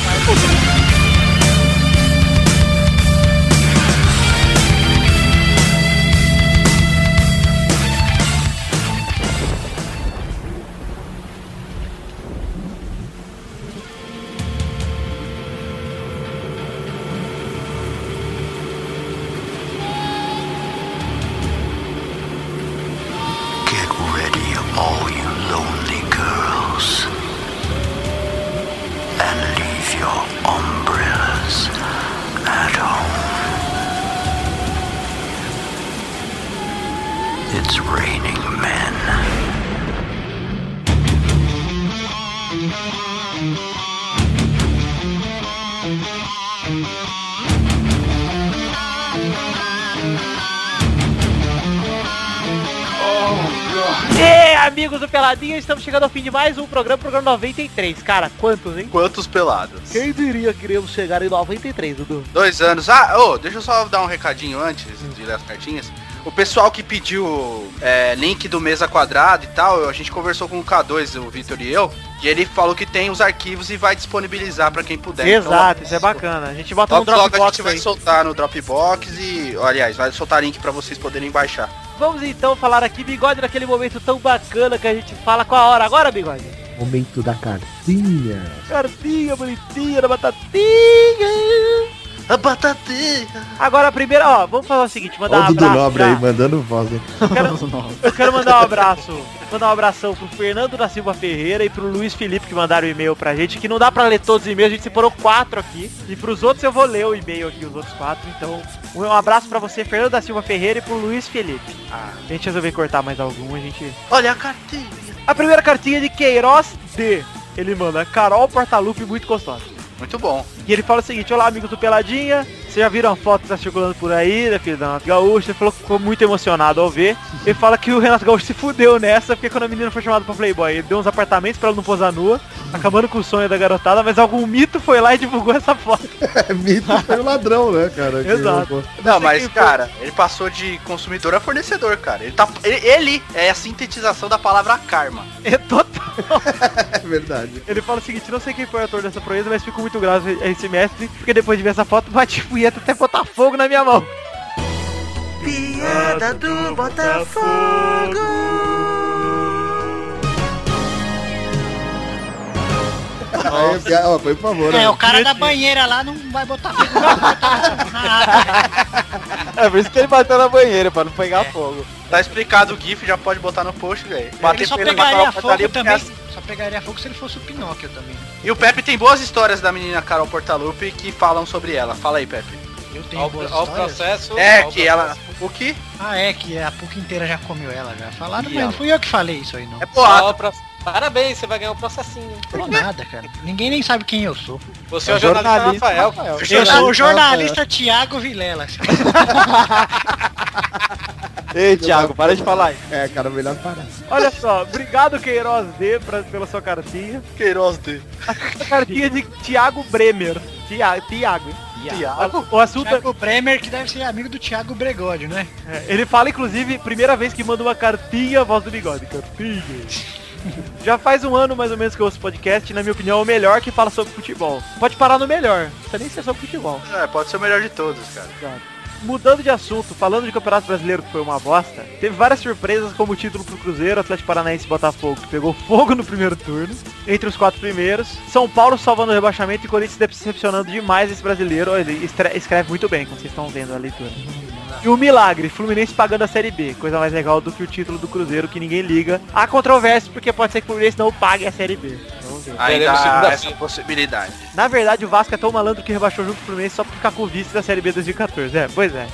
I: Get ready, It's raining men.
D: E amigos do Peladinho, estamos chegando ao fim de mais um programa, programa 93. Cara, quantos, hein?
C: Quantos pelados?
D: Quem diria que iríamos chegar em 93, Dudu?
C: Dois anos. Ah, ô, deixa eu só dar um recadinho antes de ler as cartinhas. O pessoal que pediu é, link do Mesa Quadrada e tal, a gente conversou com o K2, o Vitor e eu, e ele falou que tem os arquivos e vai disponibilizar pra quem puder. Então,
D: Exato, isso é bacana. A gente bota no
C: logo, logo Tá a
D: Dropbox
C: gente vai
D: aí.
C: soltar no Dropbox e, ó, aliás, vai soltar link pra vocês poderem baixar.
D: Vamos então falar aqui, bigode, naquele momento tão bacana que a gente fala com a hora agora, bigode.
G: Momento da cartinha.
D: Cartinha bonitinha da batatinha. A batatinha. Agora a primeira, ó, vamos fazer o seguinte, mandar
G: Olha o
D: um
G: Dudu
D: abraço.
G: Nobre
D: pra-
G: aí, mandando voz, né? hein?
D: Eu quero mandar um abraço, mandar um abração pro Fernando da Silva Ferreira e pro Luiz Felipe que mandaram o e-mail pra gente, que não dá pra ler todos os e-mails, a gente separou quatro aqui. E pros outros eu vou ler o e-mail aqui, os outros quatro. Então, um abraço pra você, Fernando da Silva Ferreira e pro Luiz Felipe. a gente resolveu cortar mais algum, a gente... Ah. Olha a cartinha! A primeira cartinha é de Queiroz D. Ele manda Carol Portalupe muito gostosa.
C: Muito bom.
D: E ele fala o seguinte, olá amigos do Peladinha, vocês já viram a foto que tá circulando por aí, né, filho da Renato Gaúcho, ele falou que ficou muito emocionado ao ver. Ele fala que o Renato Gaúcho se fudeu nessa, porque quando a menina foi chamada pra Playboy, ele deu uns apartamentos pra ela não posar nua, acabando com o sonho da garotada, mas algum mito foi lá e divulgou essa foto.
G: É mito, foi o ladrão, né, cara? Que
D: Exato.
G: louco.
C: Não, mas, cara, ele passou de consumidor a fornecedor, cara. Ele, tá, ele, ele é a sintetização da palavra karma.
D: É total.
G: É verdade.
D: Ele fala o seguinte, não sei quem foi o ator dessa proeza, mas fico muito grato a esse mestre, porque depois de ver essa foto, bati punheta até botar fogo na minha mão.
I: Piada do Botafogo.
G: Aí, pia- ó, foi por favor.
E: É,
G: né?
E: o cara da banheira lá não vai botar fogo, não vai botar na água.
F: É por isso que ele bateu na banheira, pra não pegar
D: É.
F: fogo.
C: Tá explicado o GIF, já pode botar no post, velho.
E: Ele só
C: pênalti,
E: pegaria
C: matar o Portaluppi,
E: fogo também.
C: porque
E: Só pegaria fogo se ele fosse o Pinóquio também.
C: as- E o Pepe tem boas histórias da menina Carol Portalupe que falam sobre ela. Fala aí, Pepe.
E: Eu tenho
H: Ao,
E: boas
H: ao
E: histórias?
H: processo.
C: É,
H: ao
C: que ela. O que?
E: Ah, é, que a PUC inteira já comeu ela, já falaram,
H: Ih,
E: mas não
H: ó.
E: fui eu que falei isso aí, não.
C: É
H: Ó,
C: boato.
H: pra- Parabéns, você vai ganhar um processinho.
E: Falou nada, cara. Ninguém nem sabe quem eu sou.
H: Você é o jornalista, Rafael.
E: Eu sou o jornalista Tiago Vilela.
F: Ei, Thiago, para de falar isso.
G: É, cara, melhor parar.
D: Olha só, obrigado Queiroz D pra- pela sua cartinha.
C: Queiroz D.
D: A cartinha de Thiago Bremer. Thiago. Thiago.
E: Thiago?
D: O assunto é-
E: Tiago Bremer, que deve ser amigo do Tiago Bregode, né?
D: é, Ele fala, inclusive, primeira vez que manda uma cartinha, voz do bigode. Cartinha. Já faz um ano mais ou menos que eu ouço podcast e, na minha opinião, é o melhor que fala sobre futebol. Pode parar no melhor, não precisa nem ser sobre futebol.
C: É, pode ser o melhor de todos, cara.
D: Mudando de assunto, falando de Campeonato Brasileiro que foi uma bosta, teve várias surpresas como o título pro Cruzeiro, Atlético Paranaense e Botafogo, que pegou fogo no primeiro turno, entre os quatro primeiros. São Paulo salvando o rebaixamento e Corinthians decepcionando demais esse brasileiro. Olha, Ele estre- escreve muito bem, como vocês estão vendo a leitura. E o milagre, Fluminense pagando a Série B, coisa mais legal do que o título do Cruzeiro, que ninguém liga. Há controvérsia, porque pode ser que o Fluminense não pague a Série B. Vamos ver.
C: Ainda
H: Teremos
C: há
H: segunda-feira.
C: essa possibilidade.
D: Na verdade, o Vasco é tão malandro que rebaixou junto com o Fluminense só pra ficar com o vice da Série B 2014. É, pois é.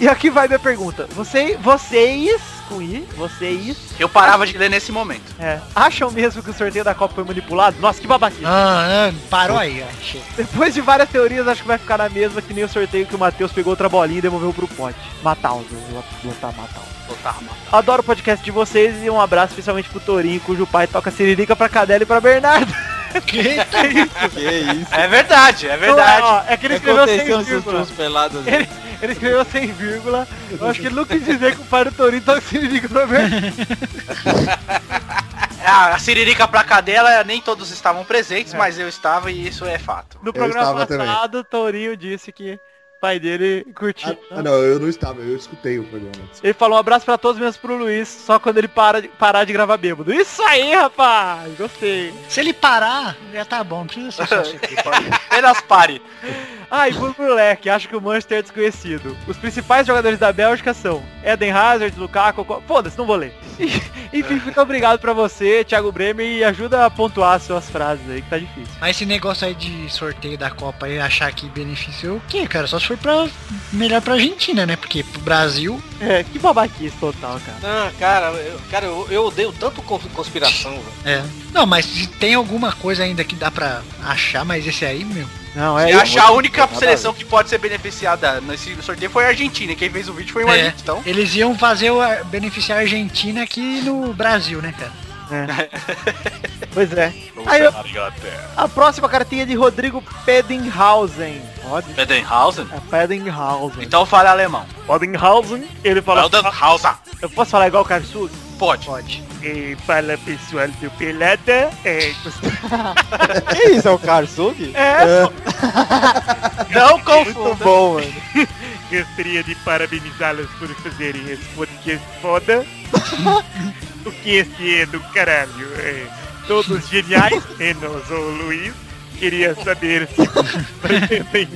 D: E aqui vai minha pergunta. Você, vocês, com I, vocês,
C: Eu parava de ler nesse momento.
D: é, acham mesmo que o sorteio da Copa foi manipulado? Nossa, que babaquice.
E: Ah, ah, parou aí, ó. Chega.
D: Depois de várias teorias, acho que vai ficar na mesma que nem o sorteio que o Matheus pegou outra bolinha e devolveu pro pote. Mataus, eu vou botar Mataus.
C: Botar uma-
D: Adoro o podcast de vocês e um abraço especialmente pro Torinho, cujo pai toca siririca pra Cadela e pra Bernardo. É
E: Eita,
F: Que isso.
C: É verdade, é
D: Então,
C: verdade.
D: ó, é que ele escreveu sem
F: Aconteceu nos
D: vírgula.
F: últimos pelados.
D: Ele, ele escreveu sem vírgula. Eu acho que ele não quis dizer que o pai do Torino tá se liga pra ver.
C: Ah, A Siririca pra cadela, nem todos estavam presentes, mas eu estava e isso é fato.
D: No programa
G: estava também.
D: passado, o Torinho disse que o pai dele curtiu.
G: Ah, não, eu não estava, eu escutei o programa.
D: Ele falou um abraço pra todos, menos pro Luiz, só quando ele para de, parar de gravar bêbado. Isso aí, rapaz! Gostei.
E: Se ele parar, já tá bom, não precisa ser só isso aqui.
C: Apenas pare.
D: Ah, e por moleque, acho que o Manchester é desconhecido. Os principais jogadores da Bélgica são Eden Hazard, Lukaku... Co- Foda-se, não vou ler. Enfim, fica obrigado pra você, Thiago Bremer, e ajuda a pontuar as suas frases aí, que tá difícil.
E: Mas esse negócio aí de sorteio da Copa e achar que beneficiou o quê, cara? Só se for pra melhor pra Argentina, né? Porque pro Brasil.
D: É, que babaquice total, cara.
H: Ah, cara, eu, cara, eu, eu odeio tanto cons- conspiração, velho.
E: É. Não, mas se tem alguma coisa ainda que dá pra achar, mas esse aí, meu.
D: Não, é
C: E achar um- a única seleção que pode ser beneficiada nesse sorteio foi a Argentina. Quem fez o vídeo foi o
E: É.
C: Argentina. Então,
E: Eles iam fazer o ar- beneficiar a Argentina aqui no Brasil, né, cara?
D: Pois é. Aí eu- a próxima cartinha é de Rodrigo Pedenhausen. Pode?
L: Pedenhausen?
D: É Pedenhausen.
L: Então fala alemão.
D: Pedenhausen, ele fala... assim, "Ah,
L: Pedenhausen.
D: Eu posso falar igual o Carlos
L: Pode.
D: Pode. E fala pessoal do Pelada, é...
F: que isso, é o Karsug?
D: É.
L: Não
F: Muito bom, mano.
L: Gostaria de parabenizá-los por fazerem esse podcast foda. o que esse é do caralho? É, todos geniais, menos o Luiz. Queria saber se pretendem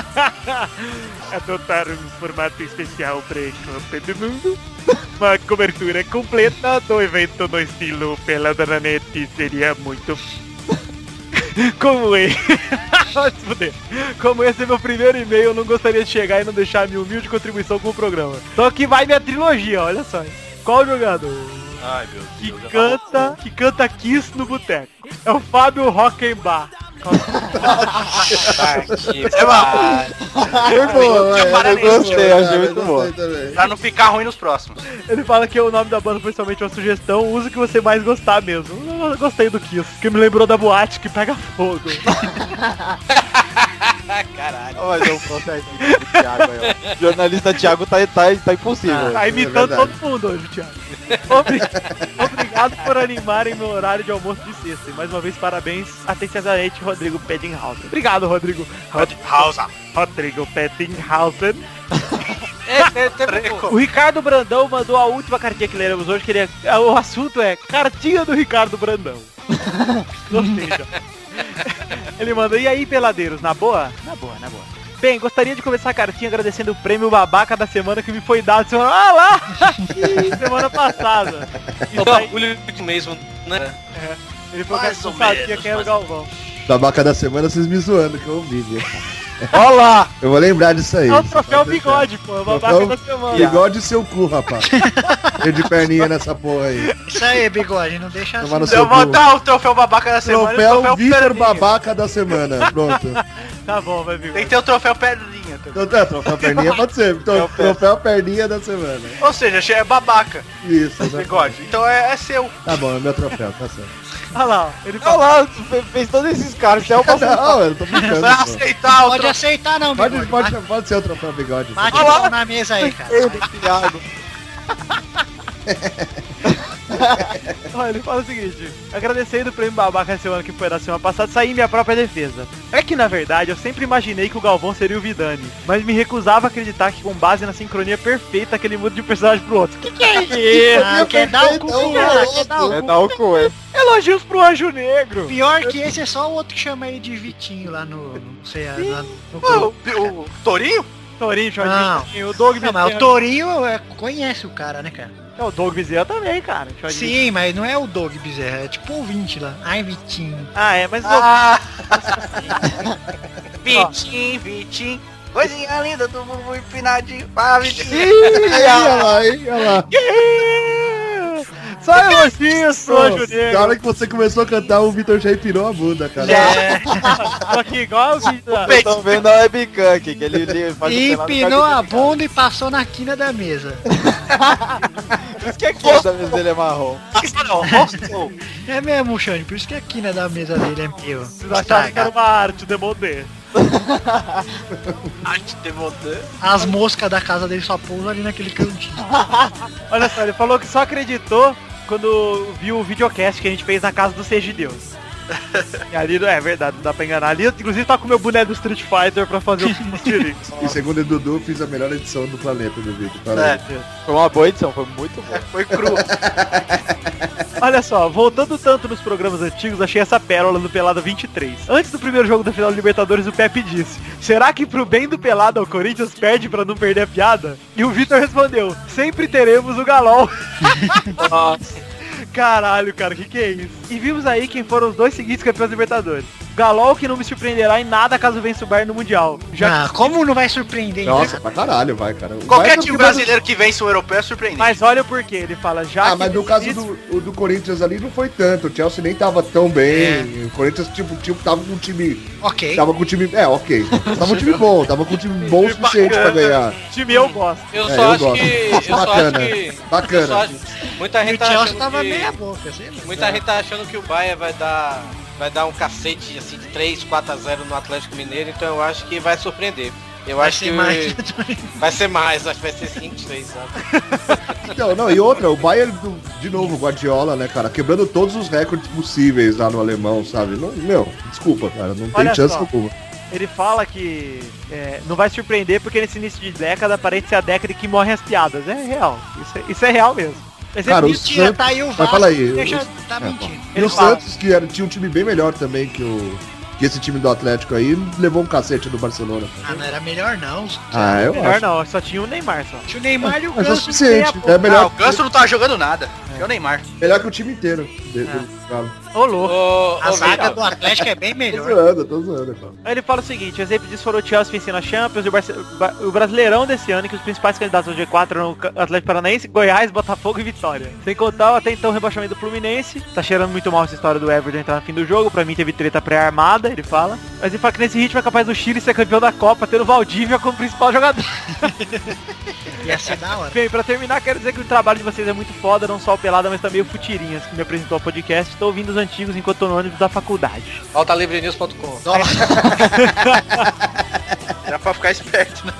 L: adotar um formato especial para a Copa do Mundo. Uma cobertura completa do evento no estilo Pelada na Net seria muito
D: Como esse. Vai se fuder. Como esse é meu primeiro e-mail, eu não gostaria de chegar e não deixar minha humilde contribuição com o programa. Então aqui vai minha trilogia, olha só. Qual jogador?
L: Ai, meu Deus.
D: Que canta, que canta Kiss no boteco. É o Fábio Rockenbach.
C: é uma...
F: Ah,
G: é,
F: eu gostei, achei muito bom.
C: Pra não ficar ruim nos próximos.
D: Ele fala que o nome da banda foi somente uma sugestão, use o que você mais gostar mesmo. Eu gostei do Kiss, que me lembrou da boate que pega fogo.
H: Caralho.
F: Olha, eu conto aí, Thiago, aí, ó. Jornalista Thiago tá, tá, tá
G: Ah,
F: impossível.
G: é
D: Tá imitando todo mundo hoje, Thiago. Obri- Obrigado por animarem meu horário de almoço de sexta. E mais uma vez, parabéns atenciosamente, Rodrigo Peddinghouse. Obrigado, Rodrigo.
L: Peddinghouse.
D: Rodrigo Peddinghouse.
H: Treco.
D: O Ricardo Brandão mandou a última cartinha que leremos hoje, que ele é- o assunto é Cartinha do Ricardo Brandão. Gostei, já. Ele mandou, e aí, peladeiros, na boa? Na boa, na boa. Bem, gostaria de começar a cartinha agradecendo o prêmio babaca da semana que me foi dado semana, ah, lá! semana passada.
H: O
D: Isso aí,
H: bagulho mesmo, né?
D: é. ele falou
H: Mais
D: que não
H: ou
D: sabia
H: menos,
D: quem era é o
H: mas-
D: Galvão.
G: Babaca da semana, vocês me zoando, que eu ouvi, viu?
F: Olha lá!
G: Eu vou lembrar disso aí.
D: É o É troféu bigode, pô, é o babaca
G: Troféu
D: da semana.
G: Bigode e seu cu, rapaz. Eu de perninha nessa porra aí.
E: Isso aí, bigode, não deixa
G: Tomar no
E: assim.
G: seu cu.
C: Ah, o troféu babaca da semana e o
G: Troféu
C: troféu
G: Vitor
C: é um perninha.
G: Babaca da semana. Pronto.
D: Tá bom, vai, Bigode.
C: Tem que ter o troféu perninha também.
G: Então tá, troféu perninha pode
C: É
G: ser. Então, troféu perninha da semana.
C: Ou seja, é babaca.
G: Isso, né?
C: Bigode. Então é, é seu.
G: Tá bom, é meu troféu, tá certo.
D: Olha lá, ele
F: Olha lá, fe- fez todos esses caras, até o
G: Não, eu tô brincando.
C: Vai
G: pô.
C: aceitar o
E: Pode
C: troféu.
E: aceitar não,
G: Pode,
E: bigode.
G: pode, pode ser o troféu bigode.
E: Bate o pau na mesa aí, cara.
F: Thiago.
D: Olha, ele fala o seguinte, agradecendo o prêmio babaca semana que foi da semana passada, saí em minha própria defesa. É que na verdade eu sempre imaginei que o Galvão seria o Vidani, mas me recusava a acreditar que com base na sincronia perfeita aquele muda de um personagem pro outro. Que que é isso? um
E: Ah, quer dar o cu,
G: Então,
E: cara?
G: outro.
E: Quer dar o
F: É
E: cu?
F: dar o cu, é.
D: Elogios pro Anjo Negro.
E: Pior que esse é só o outro que chama ele de Vitinho lá no. Não sei, lá no.
C: O,
E: grupo.
C: o Torinho?
D: Torinho,
E: Não.
D: Jorginho, o Doug
E: Não, mas o
D: Bezerra.
E: Torinho é, conhece o cara, né, cara?
D: É, o Doug Bezerra também, cara. Jorginho.
E: Sim, mas não é o Doug Bezerra, é tipo o 20 lá. Ai, Vitinho.
D: Ah, é, mas...
C: Vitinho, Vitinho. Coisinha linda do mundo empinadinho. Ah, Vitinho.
G: Ih, olha lá, hein? Olha lá.
D: Só elogios pro Anjo
G: Nossa, Na hora
D: Negro.
G: que você começou a cantar, o Vitor já empirou a bunda, cara.
D: Só que igual É. o Vida.
F: Vocês estão vendo a webcam aqui, que ele, ele faz
E: E
F: o pelado
E: empinou
F: com
E: a
F: webcam.
E: bunda e passou na quina da mesa.
F: Por que é que essa vez dele é marrom?
D: tá
E: É mesmo, Xande, por isso que a quina da mesa dele é meu.
D: Vocês acharam que era uma arte, demodê.
E: As moscas da casa dele só pousam ali naquele cantinho.
D: Olha só, ele falou que só acreditou quando viu o videocast que a gente fez na casa do Seja de Deus. E ali, é verdade, não dá pra enganar. Ali, inclusive, tá com o meu boneco do Street Fighter pra fazer um, o Tirix.
G: E segundo o Dudu, fiz a melhor edição do É. planeta do vídeo. Parabéns.
F: Foi uma boa edição, foi muito boa.
C: Foi cru.
D: Olha só, voltando tanto nos programas antigos, achei essa pérola no Pelada 23. Antes do primeiro jogo da final da Libertadores, o Pepe disse: Será que pro bem do Pelada o Corinthians perde pra não perder a piada? E o Vitor respondeu: Sempre teremos o Galol. Caralho, cara, o que, que é isso? E vimos aí quem foram os dois seguintes campeões da Libertadores. Galol que não me surpreenderá em nada caso vença o Bayern no Mundial. Já
E: Ah, como não vai surpreender? né?
G: Nossa, pra caralho, vai, cara.
C: É. Qualquer
G: Vai,
C: time
G: vai-
C: brasileiro que vence
H: um
C: o europeu é surpreendente.
D: Mas olha o porquê, ele fala já
G: Ah, mas no caso do, o do Corinthians ali não foi tanto. O Chelsea nem tava tão bem.
C: É.
G: O Corinthians, tipo, tipo, tava com um time.
E: Ok.
G: Tava com um time. É, ok. Tava um time bom, tava com um time bom o suficiente pra ganhar.
D: time eu gosto.
H: Eu
G: É,
H: só
G: eu
H: acho
G: gosto.
H: que. Eu só
G: Bacana.
H: acho que.
G: Bacana.
H: eu só acho- muita gente
E: o
H: tá
E: Chelsea
H: achando
E: tava
H: que,
E: meia boca, sei lá.
H: Muita gente tá achando que o Bahia vai dar. Vai dar um cacete assim de 3, 4 a 0 no Atlético Mineiro, então eu acho que vai surpreender. Eu
E: Vai
H: acho
E: ser
H: que
E: mais.
H: vai ser mais, acho que vai ser 5, 6 sabe?
G: Então, não, e outra, o Bayern, do- de novo, Guardiola, né, cara? Quebrando todos os recordes possíveis lá no alemão, sabe? Não, meu, desculpa, cara. Não tem
D: Olha
G: chance
D: só.
G: alguma.
D: Ele fala que é, não vai surpreender porque nesse início de década parece ser a década que morrem as piadas. É real. Isso é, isso é real mesmo. Mas
G: Cara,
D: ele-
G: o Santos...
E: tá
H: tá
G: Mas fala aí.
E: deixa-
G: o-
E: tá
G: é,
E: mentindo.
G: bom. E
D: Ele
G: o
D: fala.
G: Santos, que era, tinha um time bem melhor também que o... Que esse time do Atlético aí levou um cacete do Barcelona. cara.
E: Ah, não era melhor não.
G: Ah, eu
D: melhor
G: acho.
D: não, só tinha o Neymar só.
E: Tinha o Neymar e o
G: Mas é o
E: Ganso.
G: suficiente.
D: tem a-
G: É
C: Ah, o
G: melhor,
C: Ganso não tá jogando nada. É o Neymar.
G: melhor que o time inteiro. De- sabe?
D: Ô louco.
H: Ô,
E: A
H: ô,
E: zaga
H: Vitor,
E: do Atlético é bem
G: Tô
E: melhor.
G: zoando, tô zoando. cara.
D: Aí ele fala o seguinte, exemplo disso foram o Chelsea vencendo a Champions, e o, Barce- Ba- o Brasileirão desse ano, que os principais candidatos ao G4 eram o Ca- Atlético Paranaense, Goiás, Botafogo e Vitória. Sem contar o até então o rebaixamento do Fluminense, tá cheirando muito mal essa história do Everton entrar no fim do jogo, pra mim teve treta pré-armada, ele fala. Mas ele fala que nesse ritmo é capaz do Chile ser campeão da Copa, tendo Valdívia como principal jogador.
E: Ia ser da hora.
D: Bem, pra terminar, quero dizer que o trabalho de vocês é muito foda, não só o Pelada, mas também o Futirinhas, que me apresentou ao podcast. Tô ouvindo os antigos enquanto tô no ônibus da faculdade.
H: Pautalivrenews.com.
C: Era pra ficar esperto, né?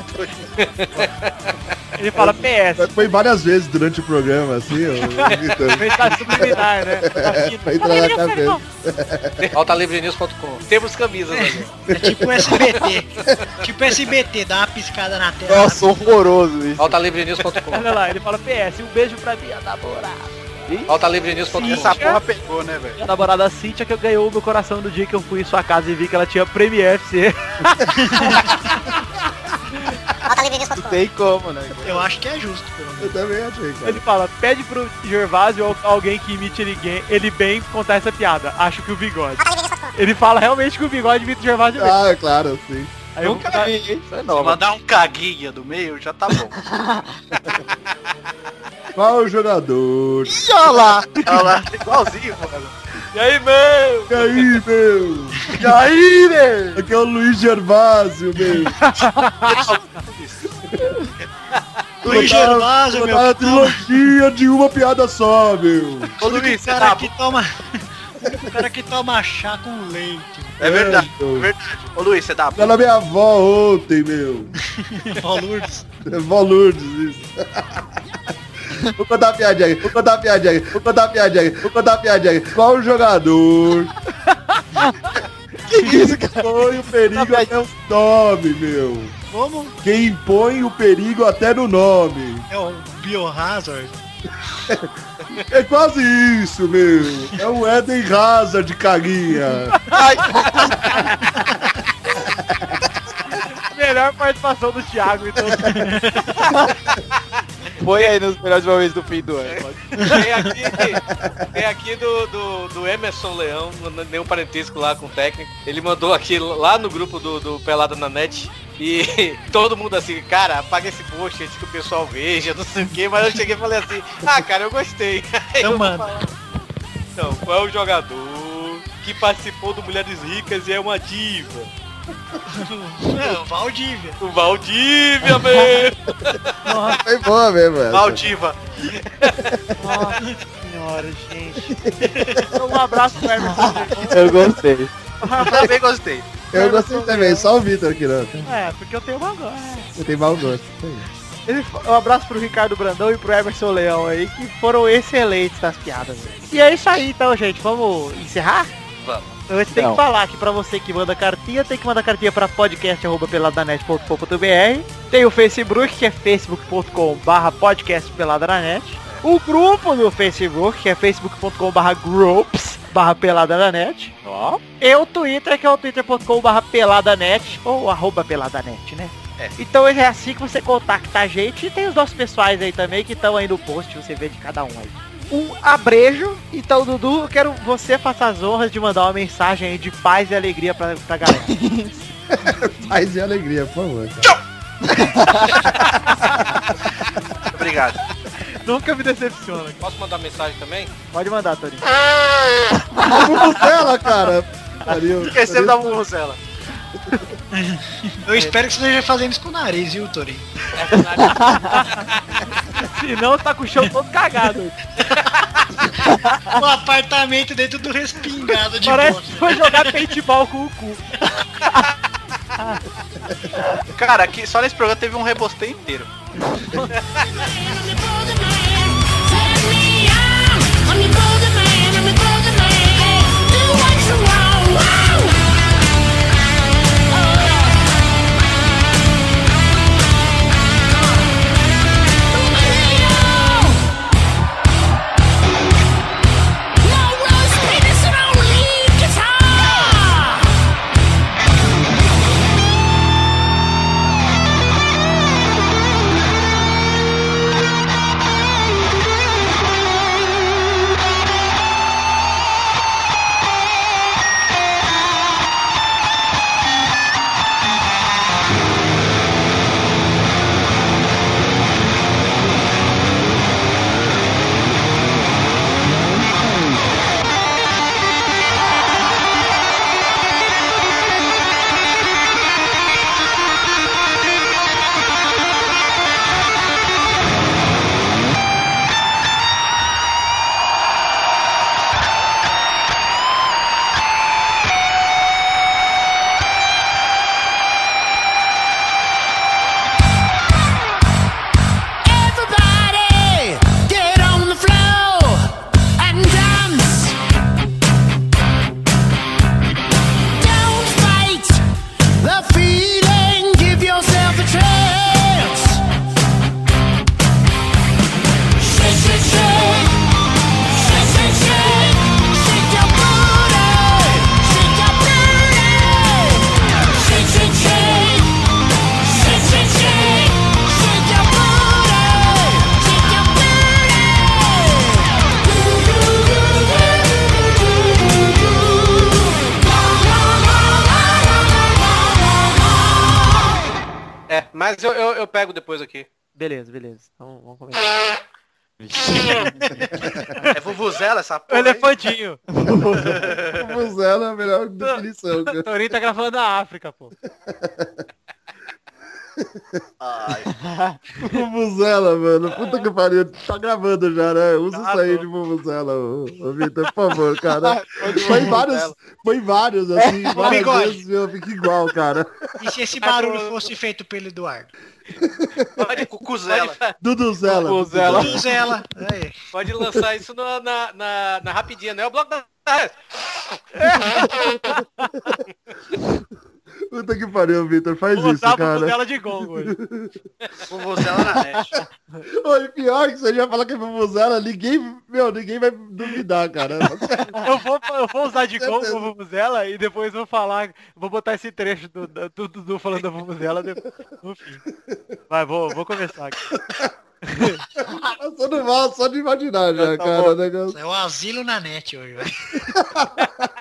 D: Ele fala PS,
G: É, Foi várias vezes durante o programa, assim, eu gritando.
D: mensagem subliminar, né?
G: Pra entrar na cabeça.
H: Pautalivrenews.com. Temos camisas ali.
E: É tipo SBT. tipo SBT, dá uma piscada na tela.
F: Nossa, horroroso isso.
H: Pautalivrenews.com.
D: Olha lá, ele fala PS, um beijo pra minha namorada.
C: Essa
H: Pautalivrenews.com.
C: porra pegou, né, velho?
D: Minha namorada Cintia que ganhou o meu coração no dia que eu fui em sua casa e vi que ela tinha Premiere FC.
F: Não tem como, né?
E: Eu acho que é justo, pelo menos.
G: Eu também achei, cara.
D: Ele fala, pede pro Gervásio ou alguém que imite ele, ga- ele bem contar essa piada. Acho que o bigode. Ele fala realmente que o bigode imita o Gervásio bem.
G: Ah, claro, sim.
D: Aí eu vou
F: Nunca
D: contar-
F: vi, hein? Isso é
C: Se
F: nova.
C: mandar um caguinha do meio, já tá bom.
G: Qual jogador?
F: Olha lá.
C: Olha lá, igualzinho, mano.
D: E aí, meu?
G: E aí, meu?
D: E aí, meu?
G: Aqui é o Luiz Gervásio, meu.
E: Luiz
G: Eu tava-
E: Gervásio,
G: eu
E: meu.
G: tava trilogia de uma piada só, meu.
C: Ô, Luiz,
E: O
C: você
E: cara
C: tá
E: que
C: bom.
E: toma. O cara que toma chá com leite.
C: É verdade,
G: É, meu.
C: é verdade. Ô, Luiz, você tá bom.
G: Tá na minha avó ontem, meu.
E: Vó Lourdes.
G: É vó Lourdes, isso. Vou contar a piadinha aí, vou contar a piadinha aí, vou contar a piadinha aí, vou contar a piadinha aí. Qual jogador? que isso, cara? Põe o perigo até o nome, meu.
E: Como?
G: Quem impõe o perigo até no nome.
E: É o Biohazard.
G: É quase isso, meu. É um Eden Hazard de caguinha.
D: Melhor participação do Thiago, então.
F: Foi aí nos melhores momentos do fim do ano.
H: Tem aqui, tem aqui do, do, do Emerson Leão, mandando nenhum parentesco lá com o técnico. Ele mandou aqui lá no grupo do, do Pelada na Net. E todo mundo assim, cara, apaga esse post antes que o pessoal veja, não sei o quê, mas eu cheguei e falei assim, ah cara, eu gostei. Aí
E: Então
H: eu vou
E: manda.
H: falar. Então, qual é o jogador que participou do Mulheres Ricas e é uma diva?
E: Não, Valdívia.
H: É, O Valdívia, meu!
G: Foi boa mesmo, é. essa.
H: Valdívia!
D: Senhora, gente. Então, um abraço pro Emerson.
F: Eu gostei.
C: Eu também gostei.
G: Eu gostei também, só o Vitor aqui, não.
D: É, porque eu tenho uma agora.
G: Você tem mau gosto.
D: Ele- Um abraço pro Ricardo Brandão e pro Emerson Leão aí, que foram excelentes nas piadas. E é isso aí então, gente. Vamos encerrar?
H: Vamos.
D: Antes tem
H: Não.
D: que falar que pra você que manda cartinha, tem que mandar cartinha pra podcast.peladanet.com.br Tem o Facebook, que é facebook.com barra podcastpeladanet O grupo no Facebook, que é facebook.com barra groups barra peladanet Ó. E o Twitter, que é o twitter.com barra peladanet ou arroba peladanet, né? Então é assim que você contacta a gente e tem os nossos pessoais aí também que estão aí no post, você vê de cada um aí um abrejo. Então, Dudu, eu quero você faça as honras de mandar uma mensagem aí de paz e alegria pra, pra galera.
G: Paz e alegria, por favor. cara.
C: Obrigado.
D: Nunca me decepciona.
H: Posso mandar mensagem também?
D: Pode mandar, Torinho.
G: Bubucela, cara. Pariu.
H: Esqueceu da Bubucela.
E: Eu espero que você esteja fazendo isso com o nariz, viu, Torinho?
D: Se não, tá com o chão todo cagado.
E: o apartamento dentro do respingado de
D: Parece
E: bosta.
D: que foi jogar paintball com o cu.
C: Cara, aqui, só nesse programa teve um rebosteio inteiro.
I: Everybody, get on the floor and dance. Don't fight the feeling. Give yourself a chance. Shake, shake, shake, shake, shake, shake, shake your booty, shake your booty. Shake, shake, shake, shake, shake, shake, shake your booty.
H: É, mas eu, eu, eu pego depois aqui.
D: Beleza, beleza. Então vamos começar.
C: é vuvuzela essa porra. aí?
D: Elefantinho.
G: Bubucela é a melhor definição, cara.
D: Torinho tá gravando a África, pô.
G: Bubuzela, mano. Puta que pariu. Tá gravando já, né? Usa
D: Tá
G: isso aí de bubuzela, ô, ô Vitor, por favor, cara. Põe vários, põe vários, assim,
E: Ô,
G: várias
E: bigode.
G: vezes, meu, fica igual, cara.
E: E se esse barulho fosse feito pelo Eduardo?
H: Pode, Cucuzela.
G: Duduzela.
E: Zela.
H: Pode lançar isso na, na, na, na rapidinha, né? O bloco da...
G: Puta que pariu, Vitor. Faz
D: Vou usar
G: isso,
D: a bubuzela
G: cara.
D: de gongo hoje.
C: Vuvuzela na net.
G: Oi, pior que você já falar que é bubuzela, ninguém, meu, ninguém vai duvidar, cara. Tá
D: Eu vou, eu vou usar de gongo a Vuvuzela e depois vou falar. Vou botar esse trecho do do- do Dudu falando da Vuvuzela depois, no fim. Vai, vou, vou começar aqui.
G: Passando mal, só de imaginar já, cara. o negócio.
E: É o asilo na net hoje, velho.